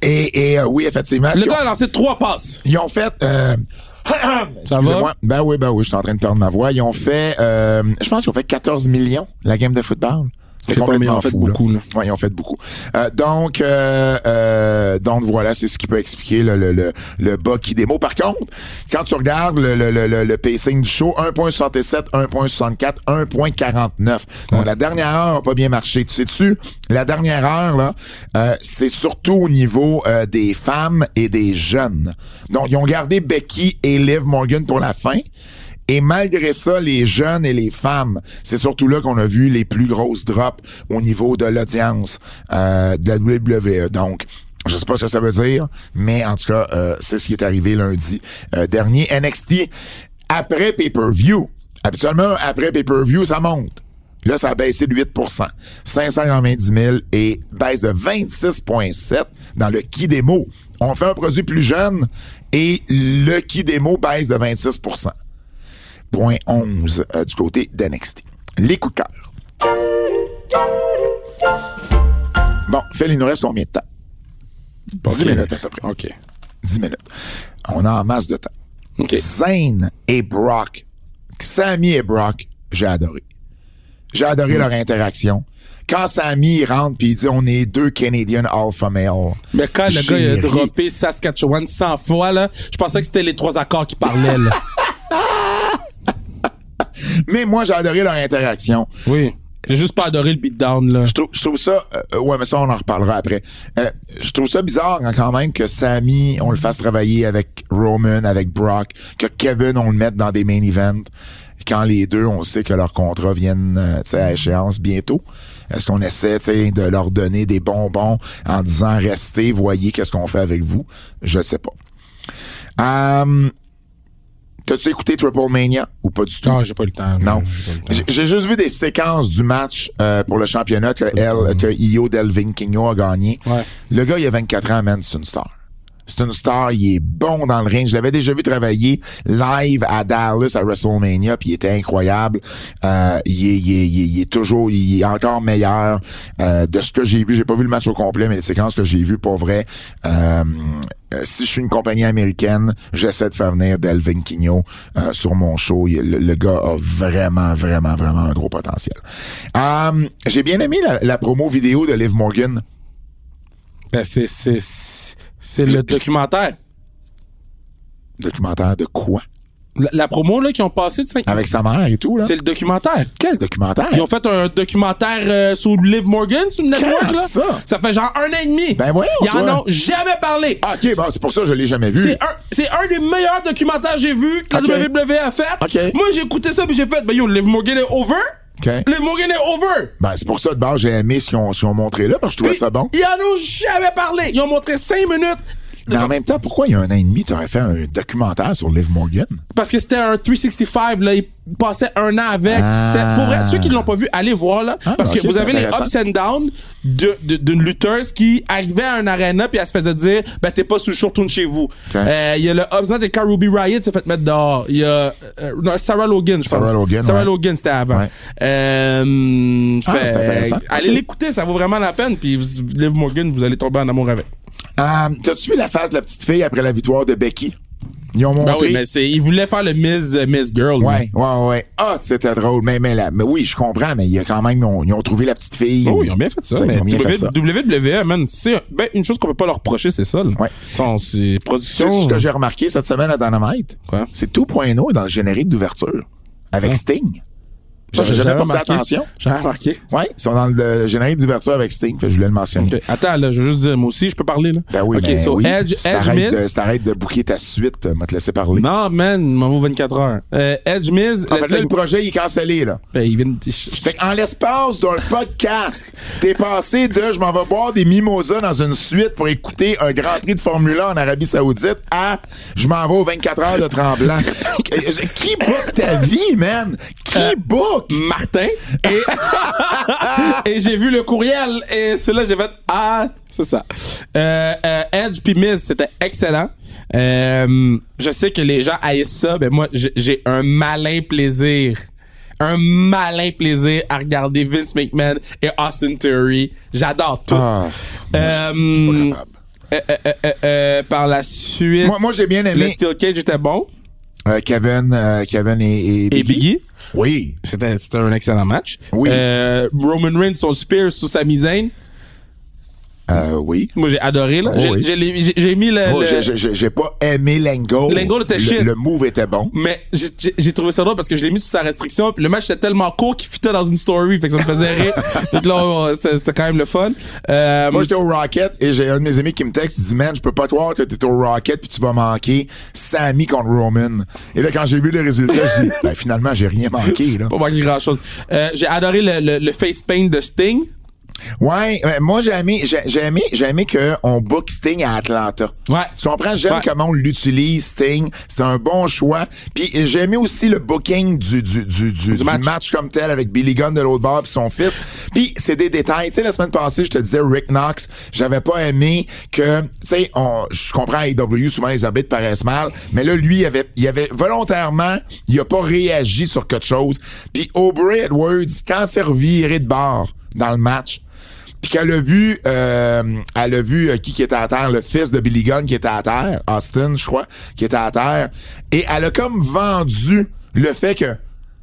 S2: Et, et, euh, oui, effectivement.
S3: Le
S2: ils, ont,
S3: gars a lancé trois passes.
S2: ils ont fait... euh,
S3: Ça
S2: excusez-moi.
S3: va?
S2: Ben oui, ben oui, je suis en train de perdre ma voix. Ils ont fait... euh, je pense qu'ils ont fait 14 millions, la game de football. C'était
S3: Je sais pas, mais ils
S2: complètement
S3: ont fait
S2: fou,
S3: beaucoup, là.
S2: Ouais, ils ont fait beaucoup. Euh, donc, euh, euh, donc voilà, c'est ce qui peut expliquer le, le, le, le bas qui démo. Par contre, quand tu regardes le, le, le, le- le pacing du show, 1.67, 1.64, 1.49. Donc la dernière heure n'a pas bien marché. Tu sais-tu, la dernière heure, là, euh, c'est surtout au niveau euh, des femmes et des jeunes. Donc, ils ont gardé Becky et Liv Morgan pour la fin. Et malgré ça, les jeunes et les femmes, c'est surtout là qu'on a vu les plus grosses drops au niveau de l'audience euh, de la WWE. Donc, je sais pas ce que ça veut dire, mais en tout cas, euh, c'est ce qui est arrivé lundi euh, dernier. NXT, après pay-per-view, habituellement, après pay-per-view, ça monte. Là, ça a baissé de 8 590 000 et baisse de 26,7 dans le qui démo. On fait un produit plus jeune et le qui démo baisse de 26 11 euh, du côté d'NXT. Les coups de cœur. Bon, Phil, il nous reste combien de temps? 10 minutes à peu près.
S4: OK.
S2: 10 minutes. On a en masse de temps.
S3: OK.
S2: Zayn et Brock, Sammy et Brock, j'ai adoré. J'ai adoré leur interaction. Quand Sammy il rentre puis il dit on est deux Canadian alpha male.
S3: Mais quand le
S2: J'ai
S3: gars il a
S2: ri.
S3: droppé Saskatchewan 100 fois, là, je pensais que c'était les trois accords qui parlaient. Là.
S2: Mais moi j'ai adoré leur interaction.
S3: oui. J'ai juste pas adoré le beatdown. Là.
S2: Je trouve, je trouve ça. euh, ouais, mais ça, on en reparlera après. Euh, je trouve ça bizarre hein, quand même que Sammy, on le fasse travailler avec Roman, avec Brock, que Kevin, on le mette dans des main events. Quand les deux, on sait que leurs contrats viennent euh, tu sais, à échéance bientôt. Est-ce qu'on essaie tu sais, de leur donner des bonbons en disant restez, voyez qu'est-ce qu'on fait avec vous? Je sais pas. Euh, T'as-tu écouté Triple Mania ou pas du tout?
S3: Non, Ah, j'ai pas eu le temps.
S2: Non.
S3: J'ai pas eu le temps.
S2: J'ai- J'ai juste vu des séquences du match euh, pour le championnat que, elle, que Io Del Vinquinho a gagné.
S3: Ouais.
S2: Le gars, il a 24 ans, man, c'est une star. C'est une star, il est bon dans le ring. Je l'avais déjà vu travailler live à Dallas à WrestleMania, puis il était incroyable. Euh, il, est, il, est, il est- il est toujours, il est encore meilleur. Euh, de ce que j'ai vu, j'ai pas vu le match au complet, mais les séquences que j'ai vues, pour vrai, euh, euh, si je suis une compagnie américaine, j'essaie de faire venir Delvin Quigno euh, sur mon show. Il- le, le gars a vraiment, vraiment, vraiment un gros potentiel. Euh, j'ai bien aimé la, la promo vidéo de Liv Morgan.
S3: Ben, c'est, c'est, c'est c'est le documentaire.
S2: Documentaire de quoi?
S3: La, la promo là, qu'ils ont passé de 5
S2: Avec sa mère et tout, là.
S3: c'est le documentaire.
S2: Quel documentaire?
S3: Ils ont fait un documentaire euh, sur Liv Morgan sur le network.
S2: Quand
S3: Là.
S2: ça?
S3: fait genre un an et demi.
S2: Ben voyons,
S3: Ils en
S2: toi.
S3: ont jamais parlé.
S2: Ah, OK, bon, c'est pour ça que je l'ai jamais vu.
S3: C'est un, c'est un des meilleurs documentaires que j'ai vu que la
S2: Ok.
S3: WWE a fait.
S2: Ok.
S3: Moi, j'ai écouté ça puis j'ai fait, ben yo, Liv Morgan est over.
S2: Ok.
S3: Liv Morgan est over.
S2: Ben, c'est pour ça, de base, j'ai aimé ce qu'ils ont, ce qu'ils ont montré là, parce que je trouvais
S3: Puis,
S2: ça bon.
S3: Ils en ont jamais parlé. Ils ont montré 5 minutes
S2: Mais en même temps, pourquoi il y a un an et demi, t'aurais fait un documentaire sur Liv Morgan?
S3: parce que c'était un 365 là, il passait un an avec.
S2: Ah.
S3: C'était- Pour vrai, ceux qui l'ont pas vu, allez voir là,
S2: Ah,
S3: parce
S2: ok,
S3: que vous
S2: c'est
S3: avez les
S2: intéressant.
S3: ups and downs de- de- d'une lutteuse qui arrivait à un arena puis elle se faisait dire, ben t'es pas sous le show, retourne chez vous. Euh, Il y a le ups and downs de quand Ruby Riot s'est fait mettre dehors. Il y a euh, non, Sarah Logan, je
S2: Sarah
S3: pense.
S2: Logan,
S3: Sarah
S2: ouais.
S3: Logan, c'était avant.
S2: Ouais.
S3: Euh,
S2: Ah,
S3: fait-
S2: c'est intéressant.
S3: Allez
S2: Ok.
S3: l'écouter, ça vaut vraiment la peine. Puis vous- Liv Morgan, vous allez tomber en amour avec.
S2: Euh, T'as-tu vu la face de la petite fille après la victoire de Becky? Ils ont montré.
S3: Ben oui, mais c'est, il voulait faire le Miss euh, Miss Girl. lui.
S2: Ouais, ouais, ouais. Ah, c'était drôle. Mais, mais, là, mais oui, je comprends, mais il y a quand même, ils ont, ils ont trouvé la petite fille.
S3: Oh, ils ont bien fait ça.
S2: T'sais,
S3: Mais
S2: ils ont bien fait
S3: w,
S2: ça.
S3: WWE, man, c'est ben, une chose qu'on peut pas leur reprocher, c'est ça. là.
S2: Ouais.
S3: Son- C'est
S2: Tu sais
S3: production. hein.
S2: ce que j'ai remarqué cette semaine à Dynamite?
S3: Quoi? Hein.
S2: C'est tout point dans le générique d'ouverture. Avec Sting.
S3: Ça,
S2: J'avais jamais porté attention.
S3: J'ai remarqué.
S2: Ouais, ils sont dans le générique d'ouverture avec Sting, puis je voulais le mentionner. Ah,
S3: Ok. Attends, là, je veux juste dire, moi aussi, je peux parler, là.
S2: Ben oui,
S3: Ok,
S2: mais
S3: so
S2: oui.
S3: Edge,
S2: Si
S3: Edge
S2: t'arrêtes de,
S3: Miz.
S2: si t'arrêtes de booker ta suite, euh, m'a te laisser parler.
S3: Non, man, il m'en vaut 24 heures. Euh, Edge Miz.
S2: En
S3: le
S2: fait, là,
S3: seg-
S2: le projet, il est cancellé, là.
S3: Ben, il vient de-
S2: Fait qu'en l'espace d'un podcast, t'es passé de je m'en vais boire des mimosas dans une suite pour écouter un Grand Prix de Formule 1 en Arabie Saoudite à je m'en vais aux 24 heures de tremblant. Euh, Qui book ta vie, man? Qui book?
S3: Martin. Et, et j'ai vu le courriel. Et celui-là, j'ai fait Ah, c'est ça. Euh, euh, Edge puis Miz, c'était excellent. Euh, je sais que les gens haïssent ça, mais moi, j'ai- j'ai un malin plaisir. Un malin plaisir à regarder Vince McMahon et Austin Theory. J'adore tout.
S2: Ah,
S3: Euh,
S2: suis pas capable.
S3: euh, euh, euh, euh, par la suite,
S2: Moi, moi j'ai bien
S3: le
S2: aimé
S3: Steel Cage était bon.
S2: euh, Kevin, euh, Kevin et,
S3: Et Biggie.
S2: Oui.
S3: C'était c'était un excellent match.
S2: Oui.
S3: Euh, Roman Reigns, son spear sous sa misaine.
S2: Euh, oui.
S3: Moi, j'ai adoré, là.
S2: Oh,
S3: J'ai-
S2: oui.
S3: j'ai les- J'ai j'ai mis le.
S2: Oh,
S3: Euh, le-
S2: j'ai- j'ai j'ai pas aimé l'angle.
S3: L'angle était
S2: Le-
S3: shit.
S2: Le move était bon.
S3: Mais j'ai- j'ai j'ai trouvé ça drôle parce que je l'ai mis sous sa restriction. Puis le match était tellement court qu'il fitait dans une story. Fait que ça me faisait rire. Fait que là, on- c'était c'était quand même le fun. Euh,
S2: Moi, j'étais au Rocket et j'ai un de mes amis qui me texte, il dit, man, je peux pas te croire que t'es au Rocket puis tu vas manquer Sammy contre Roman. Et là, quand j'ai vu le résultat, je dis, ben, finalement, j'ai rien manqué, là.
S3: pas manqué grand chose. j'ai adoré le, le, le face paint de Sting.
S2: Ouais, ouais, moi, j'ai aimé, j'ai j'ai aimé, j'ai aimé qu'on book Sting à Atlanta.
S3: Ouais.
S2: Tu comprends? J'aime
S3: Ouais.
S2: comment on l'utilise, Sting. C'est un bon choix. Puis et j'ai aimé aussi le booking du, du, du, du, du
S3: match.
S2: match. comme tel avec Billy Gunn de l'autre bord puis son fils. Puis c'est des détails. Tu sais, la semaine passée, je te disais Rick Knox, j'avais pas aimé que, tu sais, on- je comprends AEW, souvent les arbitres paraissent mal, mais là, lui, il avait, il avait volontairement, il a pas réagi sur quelque chose. Puis Aubrey Edwards, quand c'est reviré de bord dans le match, puis qu'elle a vu, euh, elle a vu euh, qui qui était à terre, le fils de Billy Gunn qui était à terre, Austin, je crois, qui était à terre. Et elle a comme vendu le fait que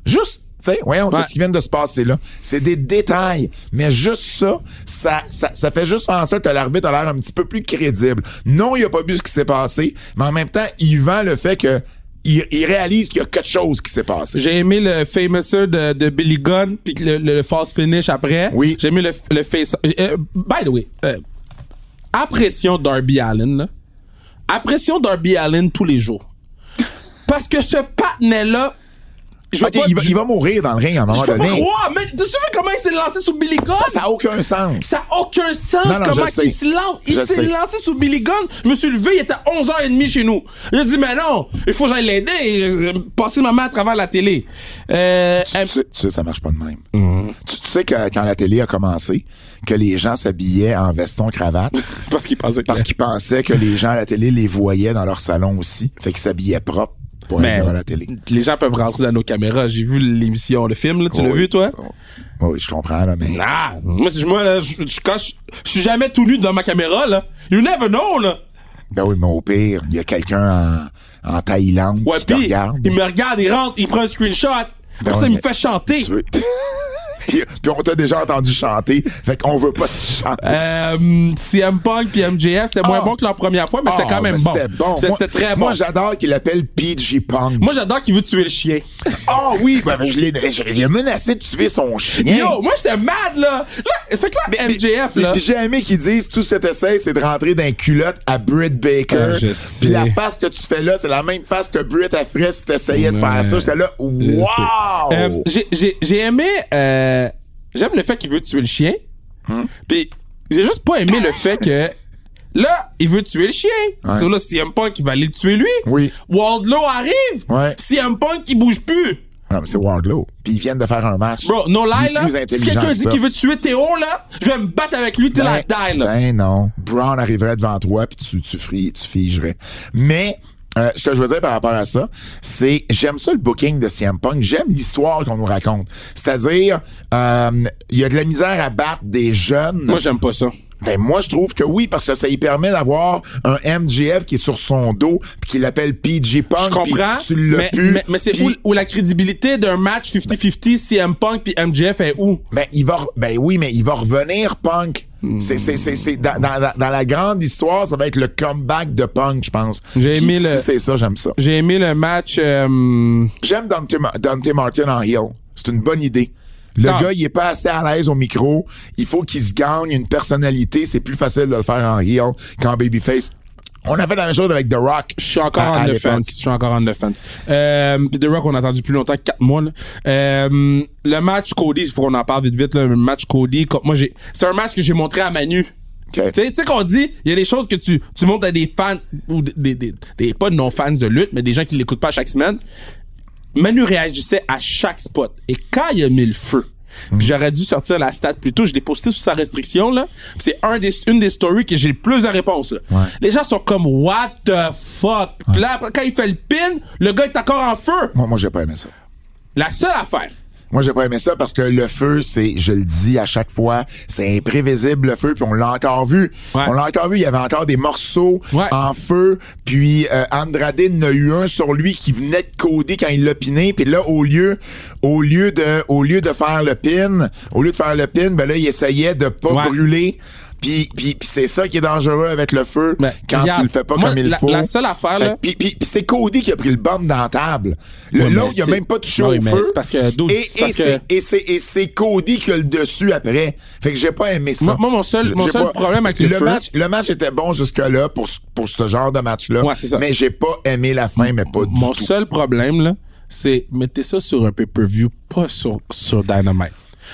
S2: juste, tu sais, voyons,
S3: Ouais.
S2: qu'est-ce qui vient de se passer là. C'est des détails, mais juste ça, ça, ça, ça fait juste en sorte que l'arbitre a l'air un petit peu plus crédible. Non, il a pas vu ce qui s'est passé, mais en même temps, il vend le fait que il, il réalise qu'il y a quelque chose qui s'est passé.
S3: J'ai aimé le famouser de, de Billy Gunn puis le, le false finish après.
S2: Oui.
S3: J'ai aimé le, le face. euh, by the way, euh, apprécions Darby Allen. Là. Apprécions Darby Allen tous les jours. Parce que ce patinet-là. Je veux
S2: Ok,
S3: pas-
S2: il, va,
S3: je-
S2: il va mourir dans le ring à un
S3: je
S2: moment
S3: peux pas
S2: donné.
S3: croire, mais tu sais comment il s'est lancé sur Billy Gunn?
S2: Ça, ça a aucun sens.
S3: Ça a aucun sens
S2: Non, non,
S3: comment
S2: je
S3: il
S2: sais.
S3: se lance. Il
S2: Je
S3: s'est
S2: sais.
S3: lancé sous Billy Gunn. Je me suis levé, il était 11h30 chez nous. J'ai dit, mais non, il faut que j'aille l'aider et euh, passer maman à travers la télé. Euh,
S2: tu,
S3: euh,
S2: tu sais, tu sais, ça marche pas de même.
S3: Mm.
S2: Tu, tu sais que quand la télé a commencé, que les gens s'habillaient en veston cravate
S3: parce qu'il pensait que...
S2: parce qu'ils pensaient que les gens à la télé les voyaient dans leur salon aussi, fait qu'ils s'habillaient propre pour
S3: Mais
S2: être devant la télé.
S3: les gens peuvent rentrer dans nos caméras. J'ai vu l'émission, le film, là. Tu l'as
S2: Oui.
S3: vu, toi?
S2: Oh, oui, je comprends là, mais
S3: Ah, moi, si je- moi, là, je, je- quand je, je suis jamais tout nu dans ma caméra, là. You never know, là.
S2: ben oui, mais au pire, il y a quelqu'un en, en Thaïlande
S3: Ouais,
S2: qui te
S3: puis,
S2: regarde.
S3: il me regarde, il rentre, il prend un screenshot.
S2: Ben
S3: ça,
S2: oui,
S3: il me
S2: mais
S3: fait chanter.
S2: Tu veux- puis, puis on t'a déjà entendu chanter, fait qu'on veut pas que tu chantes.
S3: Euh, CM Punk puis MJF, c'était moins
S2: Ah.
S3: bon que leur première fois, mais c'était
S2: Ah,
S3: quand même
S2: mais
S3: bon.
S2: C'était bon.
S3: C'est-
S2: Moi-
S3: C'était très bon.
S2: Moi, j'adore qu'il appelle PG Punk.
S3: Moi, j'adore qu'il veut tuer le chien.
S2: Ah oui, ben, ben, je l'ai, je l'ai menacé de tuer son chien.
S3: Yo, moi, j'étais mad, là. là. Fait que là, MJF,
S2: Puis-
S3: là.
S2: Puis j'ai aimé qu'ils disent tout cet essai, c'est de rentrer d'un culotte à Britt Baker.
S3: Ah, je sais.
S2: Puis la face que tu fais là, c'est la même face que Britt a fait si t'essayais de
S3: Ouais.
S2: faire ça. J'étais là,
S3: Je sais.
S2: wow!
S3: Euh, j'ai- J'ai j'ai aimé. euh, J'aime le fait qu'il veut tuer le chien.
S2: Hmm.
S3: Puis j'ai juste pas aimé le fait que. Là, il veut tuer le chien.
S2: Ouais.
S3: Sur là, CM Punk, il va aller le tuer lui.
S2: Oui.
S3: Wardlow arrive.
S2: Ouais.
S3: CM Punk, il bouge plus.
S2: Non, mais c'est Wardlow. Puis ils viennent de faire un match.
S3: Bro, no
S2: Il
S3: lie,
S2: est
S3: là.
S2: plus
S3: Si
S2: intelligent
S3: quelqu'un
S2: que
S3: dit
S2: ça.
S3: qu'il veut tuer Théo, là, je vais me battre avec lui till I die, là.
S2: ben non. Brown arriverait devant toi puis tu tu fri- tu figerais. Mais euh, ce que je veux dire par rapport à ça, c'est j'aime ça le booking de CM Punk, j'aime l'histoire qu'on nous raconte. C'est-à-dire euh, il y a de la misère à battre des jeunes.
S3: Moi, j'aime pas ça.
S2: Ben moi je trouve que oui parce que ça lui permet d'avoir un MGF qui est sur son dos puis qu'il l'appelle PG Punk.
S3: Je comprends.
S2: Ah, puis Tu l'as
S3: mais,
S2: pu,
S3: mais, mais c'est
S2: puis-
S3: où, où la crédibilité d'un match 50-50 CM Punk puis MJF est où?
S2: Ben, il va, re- ben oui, mais il va revenir, Punk. C'est, c'est, c'est, c'est- dans, dans, dans- dans la grande histoire, ça va être le comeback de Punk, je pense.
S3: J'ai
S2: Puis
S3: aimé
S2: si
S3: le-
S2: c'est ça, j'aime ça.
S3: J'ai aimé le match. euh,
S2: J'aime Dante, Ma- Dante Martin en heel. C'est une bonne idée. Le
S3: Ah.
S2: gars, il est pas assez à l'aise au micro. Il faut qu'il se gagne une personnalité. C'est plus facile de le faire en heel qu'en babyface. On a fait la même chose avec The Rock.
S3: je suis encore
S2: à-
S3: en
S2: à
S3: defense.
S2: l'époque.
S3: Je suis encore en defense. Euh, puis The Rock, on a attendu plus longtemps que 4 mois. là. Euh, le match Cody, il faut qu'on en parle vite vite. Là, le match Cody, comme- moi, j'ai, c'est un match que j'ai montré à Manu.
S2: Ok.
S3: Tu sais- tu sais qu'on dit, il y a des choses que tu, tu montres à des fans, ou des, des, des- des- pas non-fans de lutte, mais des gens qui l'écoutent pas chaque semaine. Manu réagissait à chaque spot. Et quand il a mis le feu,
S2: Hmm.
S3: puis j'aurais dû sortir la stat plus tôt, je l'ai posté sous sa restriction, là. Puis c'est un des, une des stories que j'ai le plus de réponses, là.
S2: Ouais.
S3: Les gens sont comme, what the fuck? Puis là, après, quand il fait le pin, le gars est encore en feu.
S2: Moi, moi j'ai pas aimé ça.
S3: La seule affaire,
S2: Moi, j'ai pas aimé ça parce que le feu, c'est, je le dis à chaque fois, c'est imprévisible le feu, puis on l'a encore vu.
S3: Ouais.
S2: On l'a encore vu, il y avait encore des morceaux
S3: Ouais.
S2: en feu, puis euh, Andrade en a eu un sur lui qui venait de coder quand il l'a piné, puis là, au lieu, au lieu de, au lieu de faire le pin, au lieu de faire le pin, ben là, il essayait de pas
S3: Ouais.
S2: brûler. Puis, puis, puis c'est ça qui est dangereux avec le feu
S3: Ben,
S2: quand
S3: regarde,
S2: tu le fais pas
S3: moi,
S2: comme il
S3: la-
S2: faut.
S3: la seule
S2: Fait
S3: affaire, là-
S2: que- puis, puis, puis c'est Cody qui a pris le bombe dans la table. Le
S3: Ouais,
S2: l'autre,
S3: mais
S2: il a
S3: c'est-
S2: même pas touché
S3: Ouais,
S2: au
S3: mais
S2: feu.
S3: c'est parce que, dude,
S2: et,
S3: c'est parce
S2: et c'est-
S3: que-
S2: et c'est et c'est Cody qui a le dessus après. Fait que j'ai pas aimé ça.
S3: Moi- moi, mon seul-
S2: J'ai-
S3: mon
S2: j'ai
S3: seul problème avec le feu-
S2: match, le match était bon jusque là pour ce- pour ce genre de match là.
S3: Ouais, c'est ça.
S2: Mais j'ai pas aimé la fin, mais pas du
S3: mon
S2: tout.
S3: seul problème, là, c'est mettez ça sur un pay-per-view, pas sur, sur Dynamite.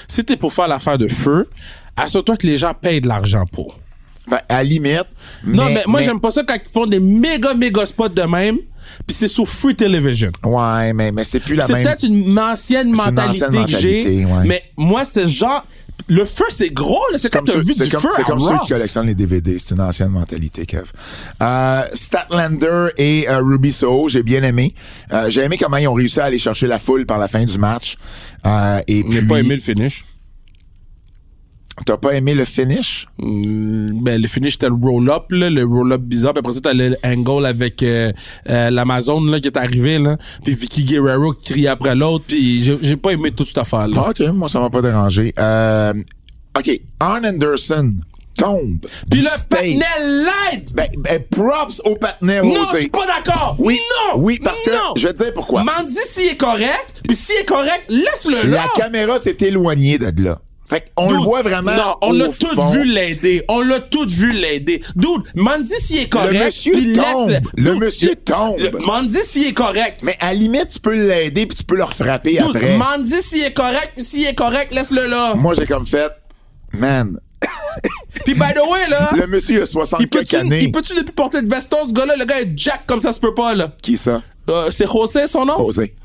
S3: Si t'es pour faire l'affaire de feu, assure-toi que les gens payent de l'argent pour.
S2: Ben, à la limite.
S3: Non, mais, moi, j'aime pas ça quand ils font des méga, méga spots de même, puis c'est sur Free Television.
S2: Ouais, mais mais c'est plus la
S3: C'est
S2: même.
S3: peut-être une ancienne
S2: C'est une
S3: mentalité
S2: ancienne
S3: que j'ai,
S2: mentalité, ouais.
S3: mais moi, c'est genre... Le feu, c'est gros, là. C'est quand t'as
S2: ceux-
S3: vu
S2: c'est
S3: du
S2: comme-
S3: feu
S2: c'est
S3: à
S2: comme
S3: Raw.
S2: ceux qui collectionnent les DVD. C'est une ancienne mentalité, Kev. Euh, Statlander et euh, Ruby Soho, j'ai bien aimé. Euh, j'ai aimé comment ils ont réussi à aller chercher la foule par la fin du match. Euh, et
S3: J'ai
S2: puis,
S3: pas aimé le finish.
S2: t'as pas aimé le finish?
S3: Mm, ben, le finish, c'était le roll-up, là, le roll-up bizarre. Puis après ça, t'as le angle avec euh, euh, l'Amazon là, qui est arrivé. Là. Puis Vicky Guerrero qui crie après l'autre. Puis j'ai j'ai pas aimé toute cette affaire-là.
S2: Ah, OK, moi, ça m'a pas dérangé. Euh, OK, Arn Anderson tombe.
S3: Puis
S2: du
S3: le
S2: stage.
S3: panel l'aide!
S2: Ben, ben, props au patinet
S3: Non, je
S2: rosé.
S3: suis pas d'accord!
S2: Oui,
S3: Non!
S2: oui, parce que
S3: non.
S2: je vais te dire pourquoi.
S3: Mandy, s'il est correct, puis s'il est correct, laisse-le là!
S2: La caméra s'est éloignée de là. Fait qu'on le
S3: Dude,
S2: voit vraiment
S3: Non, on
S2: au
S3: l'a tout
S2: fond.
S3: vu l'aider. On l'a tout vu l'aider. Dude, Mandy, s'il est correct.
S2: monsieur
S3: puis
S2: tombe.
S3: laisse-le.
S2: Le
S3: Dude,
S2: monsieur
S3: le-
S2: tombe.
S3: le- Mandy, s'il est correct.
S2: Mais à la limite, tu peux l'aider puis tu peux le refrapper
S3: Dude,
S2: après.
S3: Mandy, s'il est correct, puis s'il est correct, laisse-le là.
S2: Moi, j'ai comme fait, man,
S3: Puis by the way, là,
S2: le monsieur a
S3: il
S2: 60 quelques
S3: peut-tu
S2: années.
S3: il peut-tu ne plus porter de veston, ce gars-là? Le gars est jack comme ça se peut pas, là.
S2: Qui ça?
S3: Euh, c'est José, son nom?
S2: Posé.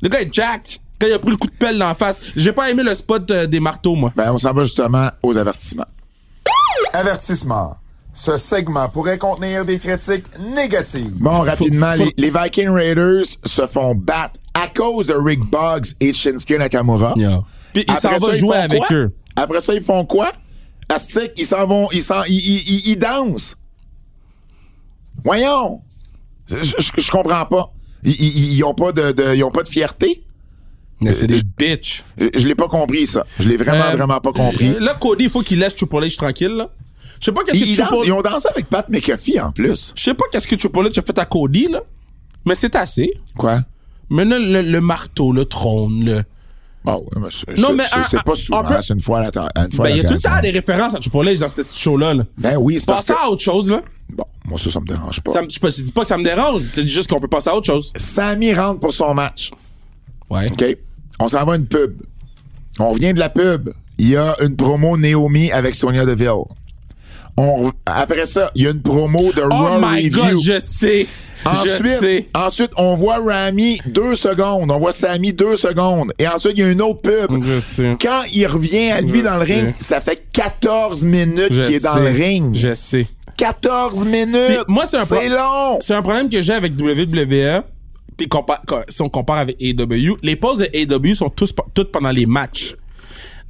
S3: Le gars est jack. Quand il a pris le coup de pelle dans la face. J'ai pas aimé le spot euh, des marteaux, moi.
S2: Ben, on s'en va justement aux avertissements. Avertissement. Ce segment pourrait contenir des critiques négatives. Bon, rapidement,
S3: faut-
S2: les- Les, Viking Raiders se font battre à cause de Rick Boggs et Shinsuke Nakamura.
S3: Yeah. Puis il
S2: Après
S3: s'en
S2: ça,
S3: va
S2: ils
S3: jouer
S2: font
S3: avec
S2: quoi?
S3: eux.
S2: Après ça, ils font quoi? Astic, ils s'en vont, ils, s'en, ils, ils, ils- ils dansent. Voyons. Je, je- je comprends pas. Ils- Ils ils ont pas de, de- ils ont pas de fierté.
S3: Mais c'est
S2: euh,
S3: des bitches.
S2: Je, je l'ai pas compris, ça. Je l'ai vraiment,
S3: Euh,
S2: vraiment pas compris.
S3: euh, Là, Cody, il faut qu'il laisse Triple H tranquille, là. Je sais pas qu'est-ce
S2: Ils,
S3: que
S2: ils dansent-
S3: Triple
S2: ils ont dansé avec Pat McAfee en plus.
S3: Je sais pas qu'est-ce que Triple H a fait à Cody, là. Mais c'est assez.
S2: Quoi?
S3: Mais là, le, le marteau, le trône, le.
S2: Bon, ouais, mais c'est-
S3: Non,
S2: c'est-
S3: mais
S2: c'est-
S3: un-
S2: c'est pas
S3: un-
S2: souvent,
S3: on peut-
S2: c'est une fois à la ta- une fois à
S3: Ben, il y a tout le
S2: l'occasion.
S3: temps des références à Triple H dans ce show-là, là.
S2: Ben oui, c'est parce
S3: Passons
S2: que...
S3: à autre chose, là.
S2: Bon, moi, ça, ça me dérange pas.
S3: Ça me, je, je dis pas que ça me dérange, je te dis juste qu'on peut passer à autre chose.
S2: Sammy rentre pour son match.
S3: Ouais.
S2: OK. On s'en va à une pub. On vient de la pub. Il y a une promo Naomi avec Sonia Deville. On, re- après ça, il y a une promo de
S3: Oh
S2: Raw
S3: my
S2: Review.
S3: god, je sais. je sais.
S2: Ensuite, ensuite, on voit Rami deux secondes. On voit Sammy deux secondes. Et ensuite, il y a une autre pub.
S3: Je sais.
S2: Quand il revient à lui
S3: Je
S2: dans le
S3: sais.
S2: ring, ça fait 14 minutes
S3: Je
S2: qu'il est dans
S3: sais.
S2: le ring.
S3: Je sais.
S2: 14 minutes!
S3: Puis moi, c'est un pro-
S2: long!
S3: C'est un problème que j'ai avec WWE. Puis compa- co- si on compare avec AEW, les pauses de AEW sont tous, pe- toutes pendant les matchs.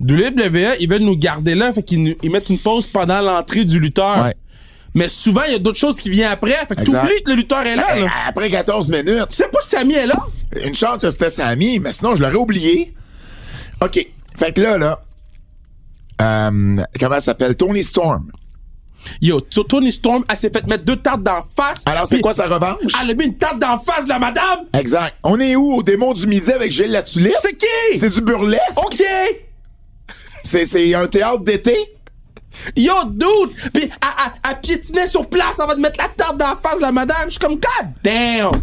S3: WWE, ils veulent nous garder là, fait qu'ils nous- ils mettent une pause pendant l'entrée du lutteur.
S2: Ouais.
S3: Mais souvent, il y a d'autres choses qui viennent après. Fait que
S2: Exact. Ben, ah.
S3: t'oublies que le lutteur est là.
S2: Hey,
S3: là.
S2: Après 14 minutes,
S3: Tu sais pas si Samy est là?
S2: Une chance que c'était Sammy, mais sinon, je l'aurais oublié. OK. Fait que là, là, euh, comment elle s'appelle? Tony Storm.
S3: Yo, sur Tony Storm, elle s'est fait mettre deux tartes d'en face.
S2: Alors, c'est
S3: puis
S2: quoi sa revanche?
S3: Elle a mis une tarte d'en face, la madame!
S2: Exact. On est où? Au démon du midi avec Gilles Latulippe?
S3: C'est qui?
S2: C'est du burlesque?
S3: OK!
S2: C'est, c'est un théâtre d'été?
S3: Yo, dude! Puis, elle- elle elle piétinait sur place avant de mettre la tarte d'en face, la madame. Je suis comme, God damn!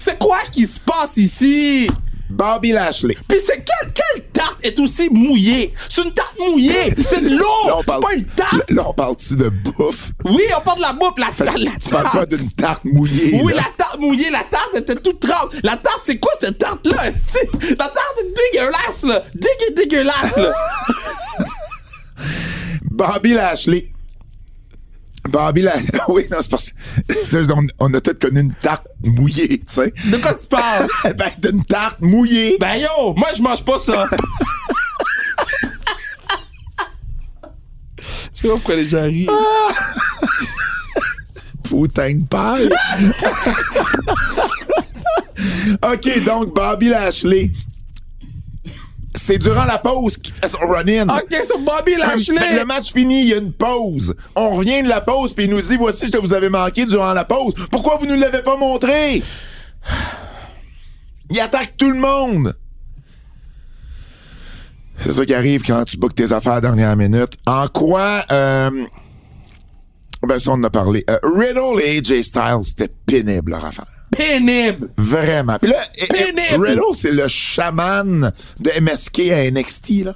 S3: C'est quoi qui se passe ici?
S2: Bobby Lashley.
S3: Puis c'est quelle, quelle tarte est aussi mouillée? C'est une tarte mouillée! C'est de
S2: Là,
S3: l'eau!
S2: on
S3: C'est
S2: parle-
S3: pas une tarte!
S2: Là, on parle-tu de bouffe?
S3: Oui, on parle de la bouffe, la
S2: Fait que
S3: tarte, la
S2: tu parles pas
S3: tarte!
S2: d'une tarte mouillée.
S3: Oui,
S2: là.
S3: la tarte mouillée, la tarte était toute trempe. La tarte, c'est quoi cette tarte-là, esti? La tarte est dégueulasse, là! Dégueu, dégueulasse, là!
S2: Bobby Lashley. Bobby Lashley. oui, non, c'est parce que. c'est- On, on a peut-être connu une tarte mouillée, tu sais.
S3: De quoi tu parles?
S2: ben, d'une tarte mouillée.
S3: Ben yo, moi je mange pas ça! Je sais pas pourquoi les gens rient.
S2: Ah! Putain de paille. OK, donc Bobby Lashley. C'est durant la pause qu'il fait son run-in.
S3: Ok, sur Bobby
S2: Fait que
S3: Lashley!
S2: Le match fini, il y a une pause. On revient de la pause, puis il nous dit voici ce que vous avez manqué durant la pause. Pourquoi vous ne l'avez pas montré Il attaque tout le monde. C'est ça qui arrive quand tu bookes tes affaires à la dernière minute. En quoi euh, Ben ça on en a parlé. Euh, Riddle et AJ Styles, c'était pénible leur affaire.
S3: Pénible!
S2: Vraiment. Puis là, eh, eh,
S3: Pénible.
S2: Riddle, c'est le chaman de MSK à NXT, là.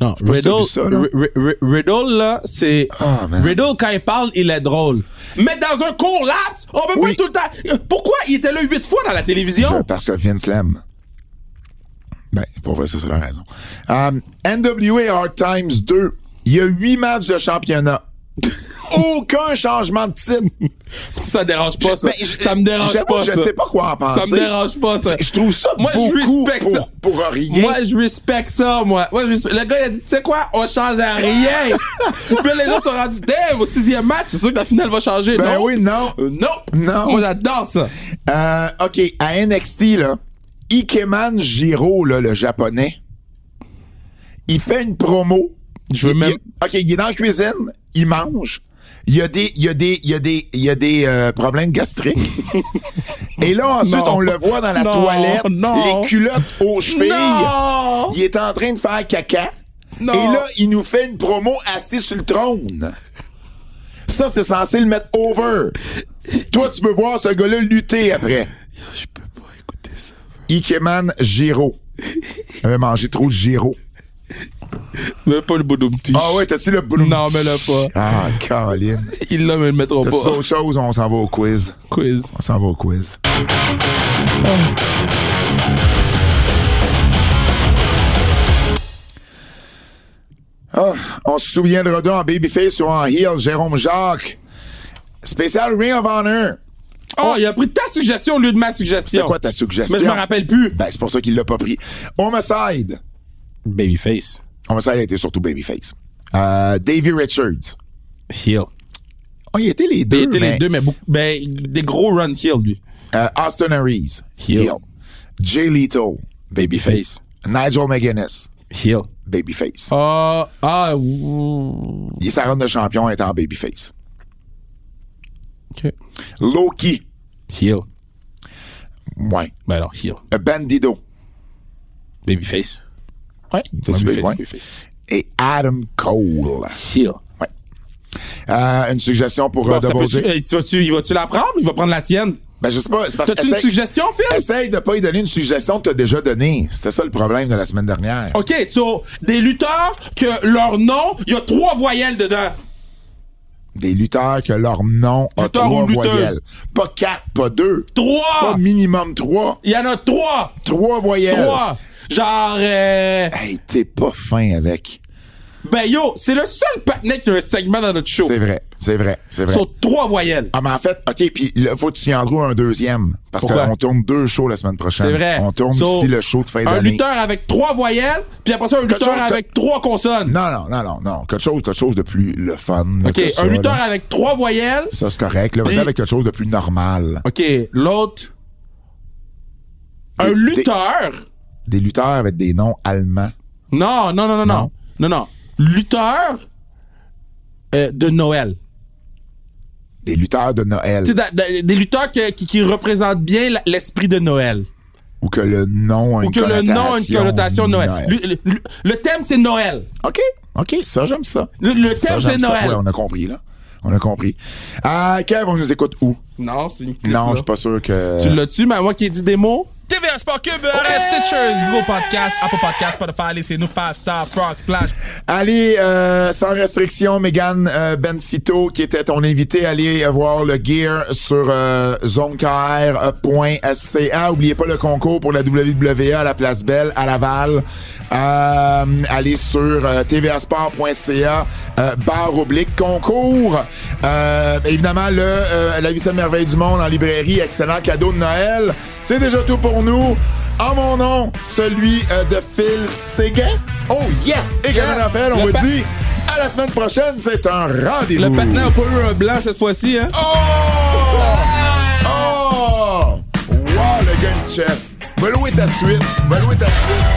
S3: Non,
S2: pas si t'as
S3: Riddle,
S2: vu ça, là.
S3: Ri- Ri- Ri- Riddle, là, c'est...
S2: Ah, man.
S3: Riddle, quand il parle, il est drôle. Mais dans un court laps, on peut
S2: Oui.
S3: pas tout le temps... Pourquoi il était là huit fois dans la télévision?
S2: Je- parce que Vince l'aime. Ben, pour vrai, c'est ça la raison. Um, NWA Hard Times 2. Il y a huit matchs de championnat. Aucun changement de titre.
S3: Ça dérange pas, ça.
S2: Ben, je-
S3: ça me dérange
S2: j'avoue,
S3: pas,
S2: je
S3: ça.
S2: sais pas quoi en penser.
S3: Ça me dérange pas, ça.
S2: C'est- Je trouve ça
S3: Moi, je
S2: beaucoup
S3: respecte
S2: pour,
S3: ça.
S2: pour rien.
S3: Moi, je respecte ça, moi. Moi, je respecte- Le gars, il a dit, tu sais quoi, on change à rien. Puis là, les gens se sont rendus, damn, au sixième match, c'est sûr que la finale va changer.
S2: ben
S3: non?
S2: oui, non.
S3: Euh, nope.
S2: Non.
S3: Moi, j'adore ça.
S2: Euh, OK, à NXT, là, Ikeman Jiro, là, le japonais, il fait une promo.
S3: Je veux
S2: Il-
S3: même-
S2: il- OK, il est dans la cuisine, il mange. Il y a des, il y a des, il y a des, il y a des euh, problèmes gastriques. Et là, ensuite,
S3: Non.
S2: on le voit dans la
S3: Non,
S2: toilette,
S3: non.
S2: les culottes aux chevilles.
S3: Non!
S2: Il est en train de faire caca.
S3: Oh. Non.
S2: Et là, il nous fait une promo assis sur le trône. Ça, c'est censé le mettre over. Toi, tu peux voir ce gars-là lutter après.
S3: Je peux pas écouter ça.
S2: Ikeman Giro. Il avait mangé trop de Giro.
S3: Mais pas le boudoumpty.
S2: Ah ouais, t'as-tu le boulot?
S3: Non, mais là, pas.
S2: Ah, Colin.
S3: Ils là, mais ils le mettront
S2: T'as-tu
S3: pas.
S2: d'autres choses? On s'en va au quiz.
S3: Quiz.
S2: On s'en va au quiz. Ah, on se souviendra d'eux en babyface ou en heel, Jérôme Jacques. Spécial Ring of Honor.
S3: Oh, il a pris ta suggestion au lieu de ma
S2: C'est
S3: suggestion.
S2: quoi ta suggestion?
S3: Mais je me rappelle plus.
S2: Ben, c'est pour ça qu'il l'a pas pris. Homicide.
S3: Babyface.
S2: Homicide a été surtout babyface. Euh, Davy Richards.
S3: Heel.
S2: Oh, il était les deux.
S3: Il était
S2: mais,
S3: les deux, mais beaucoup- ben, des gros run heel, lui.
S2: euh, Austin Aries.
S3: Heel.
S2: Jay Leto.
S3: Babyface.
S2: Nigel McGuinness.
S3: Heel.
S2: Babyface.
S3: Ah, ah, ouh.
S2: Il Sa run de champion est en babyface.
S3: OK.
S2: Loki.
S3: Heel.
S2: Ouais.
S3: Ben alors, heel.
S2: Euh, Bandido.
S3: Babyface.
S2: Ouais. il était du
S3: Babyface,
S2: baby- ouais.
S3: babyface.
S2: Et Adam Cole.
S3: Heel.
S2: Ouais. Euh, une suggestion pour euh,
S3: Bon, ça
S2: Double
S3: peut-tu-
S2: J?
S3: euh, il va-tu il va-tu la prendre ou il va prendre la tienne?
S2: Ben, je sais pas. c'est parce que
S3: T'as-tu une
S2: essaye-
S3: suggestion, Phil?
S2: Essaye de pas y donner une suggestion que t'as déjà donnée. C'était ça le problème de la semaine dernière.
S3: OK, so, des lutteurs que leur nom, il y a trois voyelles dedans.
S2: Des lutteurs que leur nom a
S3: Lutteur
S2: trois
S3: ou Ah. lutteuse.
S2: voyelles. Pas quatre, pas deux.
S3: Trois!
S2: Pas minimum trois.
S3: Il y en a trois!
S2: Trois voyelles.
S3: Trois! Genre, euh,
S2: Hey, t'es pas fin avec.
S3: ben yo, c'est le seul patinet qui a un segment dans notre show.
S2: C'est vrai, c'est vrai, c'est vrai.
S3: Sur trois voyelles.
S2: Ah, mais en fait, OK, puis là, faut que tu y en trouves un deuxième. Parce
S3: Pourquoi?
S2: qu'on tourne deux shows la semaine prochaine.
S3: C'est vrai.
S2: On tourne
S3: So,
S2: aussi le show de fin
S3: Un
S2: d'année.
S3: lutteur avec trois voyelles, puis après ça, un lutteur
S2: chose-
S3: avec trois consonnes.
S2: Non, non, non, non, non. Quelque chose, quelque chose de plus le fun. là,
S3: OK,
S2: que ça,
S3: un lutteur
S2: là.
S3: avec trois voyelles.
S2: Ça, c'est correct. Là, vas-y
S3: Puis-
S2: avec quelque chose de plus normal.
S3: OK, l'autre. Un
S2: Des-
S3: lutteur.
S2: Des lutteurs avec des noms allemands.
S3: Non, non, non, non, non. Non, non. Lutteur euh, de Noël.
S2: Des lutteurs de Noël.
S3: Tu sais, da- da- des lutteurs que- qui, qui représentent bien la- l'esprit de Noël.
S2: Ou que le nom a une
S3: Ou que le nom a une connotation de Noël.
S2: Noël.
S3: Le, le- le thème, c'est Noël.
S2: OK, OK, ça, j'aime ça.
S3: Le, le
S2: Ça,
S3: thème,
S2: j'aime
S3: c'est
S2: ça.
S3: Noël.
S2: Ouais, on a compris, là. On a compris. Euh, Kev, on nous écoute où?
S3: Non, c'est une clip,
S2: Non,
S3: là.
S2: je suis pas sûr que...
S3: Tu l'as-tu, mais moi qui ai dit des mots?
S4: TVA
S3: TVA Sport Cube, euh, Restez Stitchers, Google Podcast, Apple Podcast, Spotify, laissez-nous 5 stars, Frog Splash.
S2: Allez, euh, sans restriction, Megan euh, Benfito, qui était ton invité, allez euh, voir le gear sur euh, zonekr.ca. Oubliez pas le concours pour la WWE à la Place Belle, à Laval. Euh, allez sur euh, tvasport.ca, euh, barre oblique, concours. Euh, évidemment, le, euh, la 8 merveille du monde en librairie, excellent cadeau de Noël. C'est déjà tout pour nous. En mon nom, celui euh, de Phil Séguin. Oh yes! Et Kevin Raphaël, on
S3: Le
S2: vous
S3: pa-
S2: dit à la semaine prochaine, c'est un
S3: Le
S2: rendez-vous.
S3: patin a pas eu un blanc cette fois-ci, hein?
S2: Oh! Oh! Wow, le game chest. Va louer ta suite. Va louer ta suite.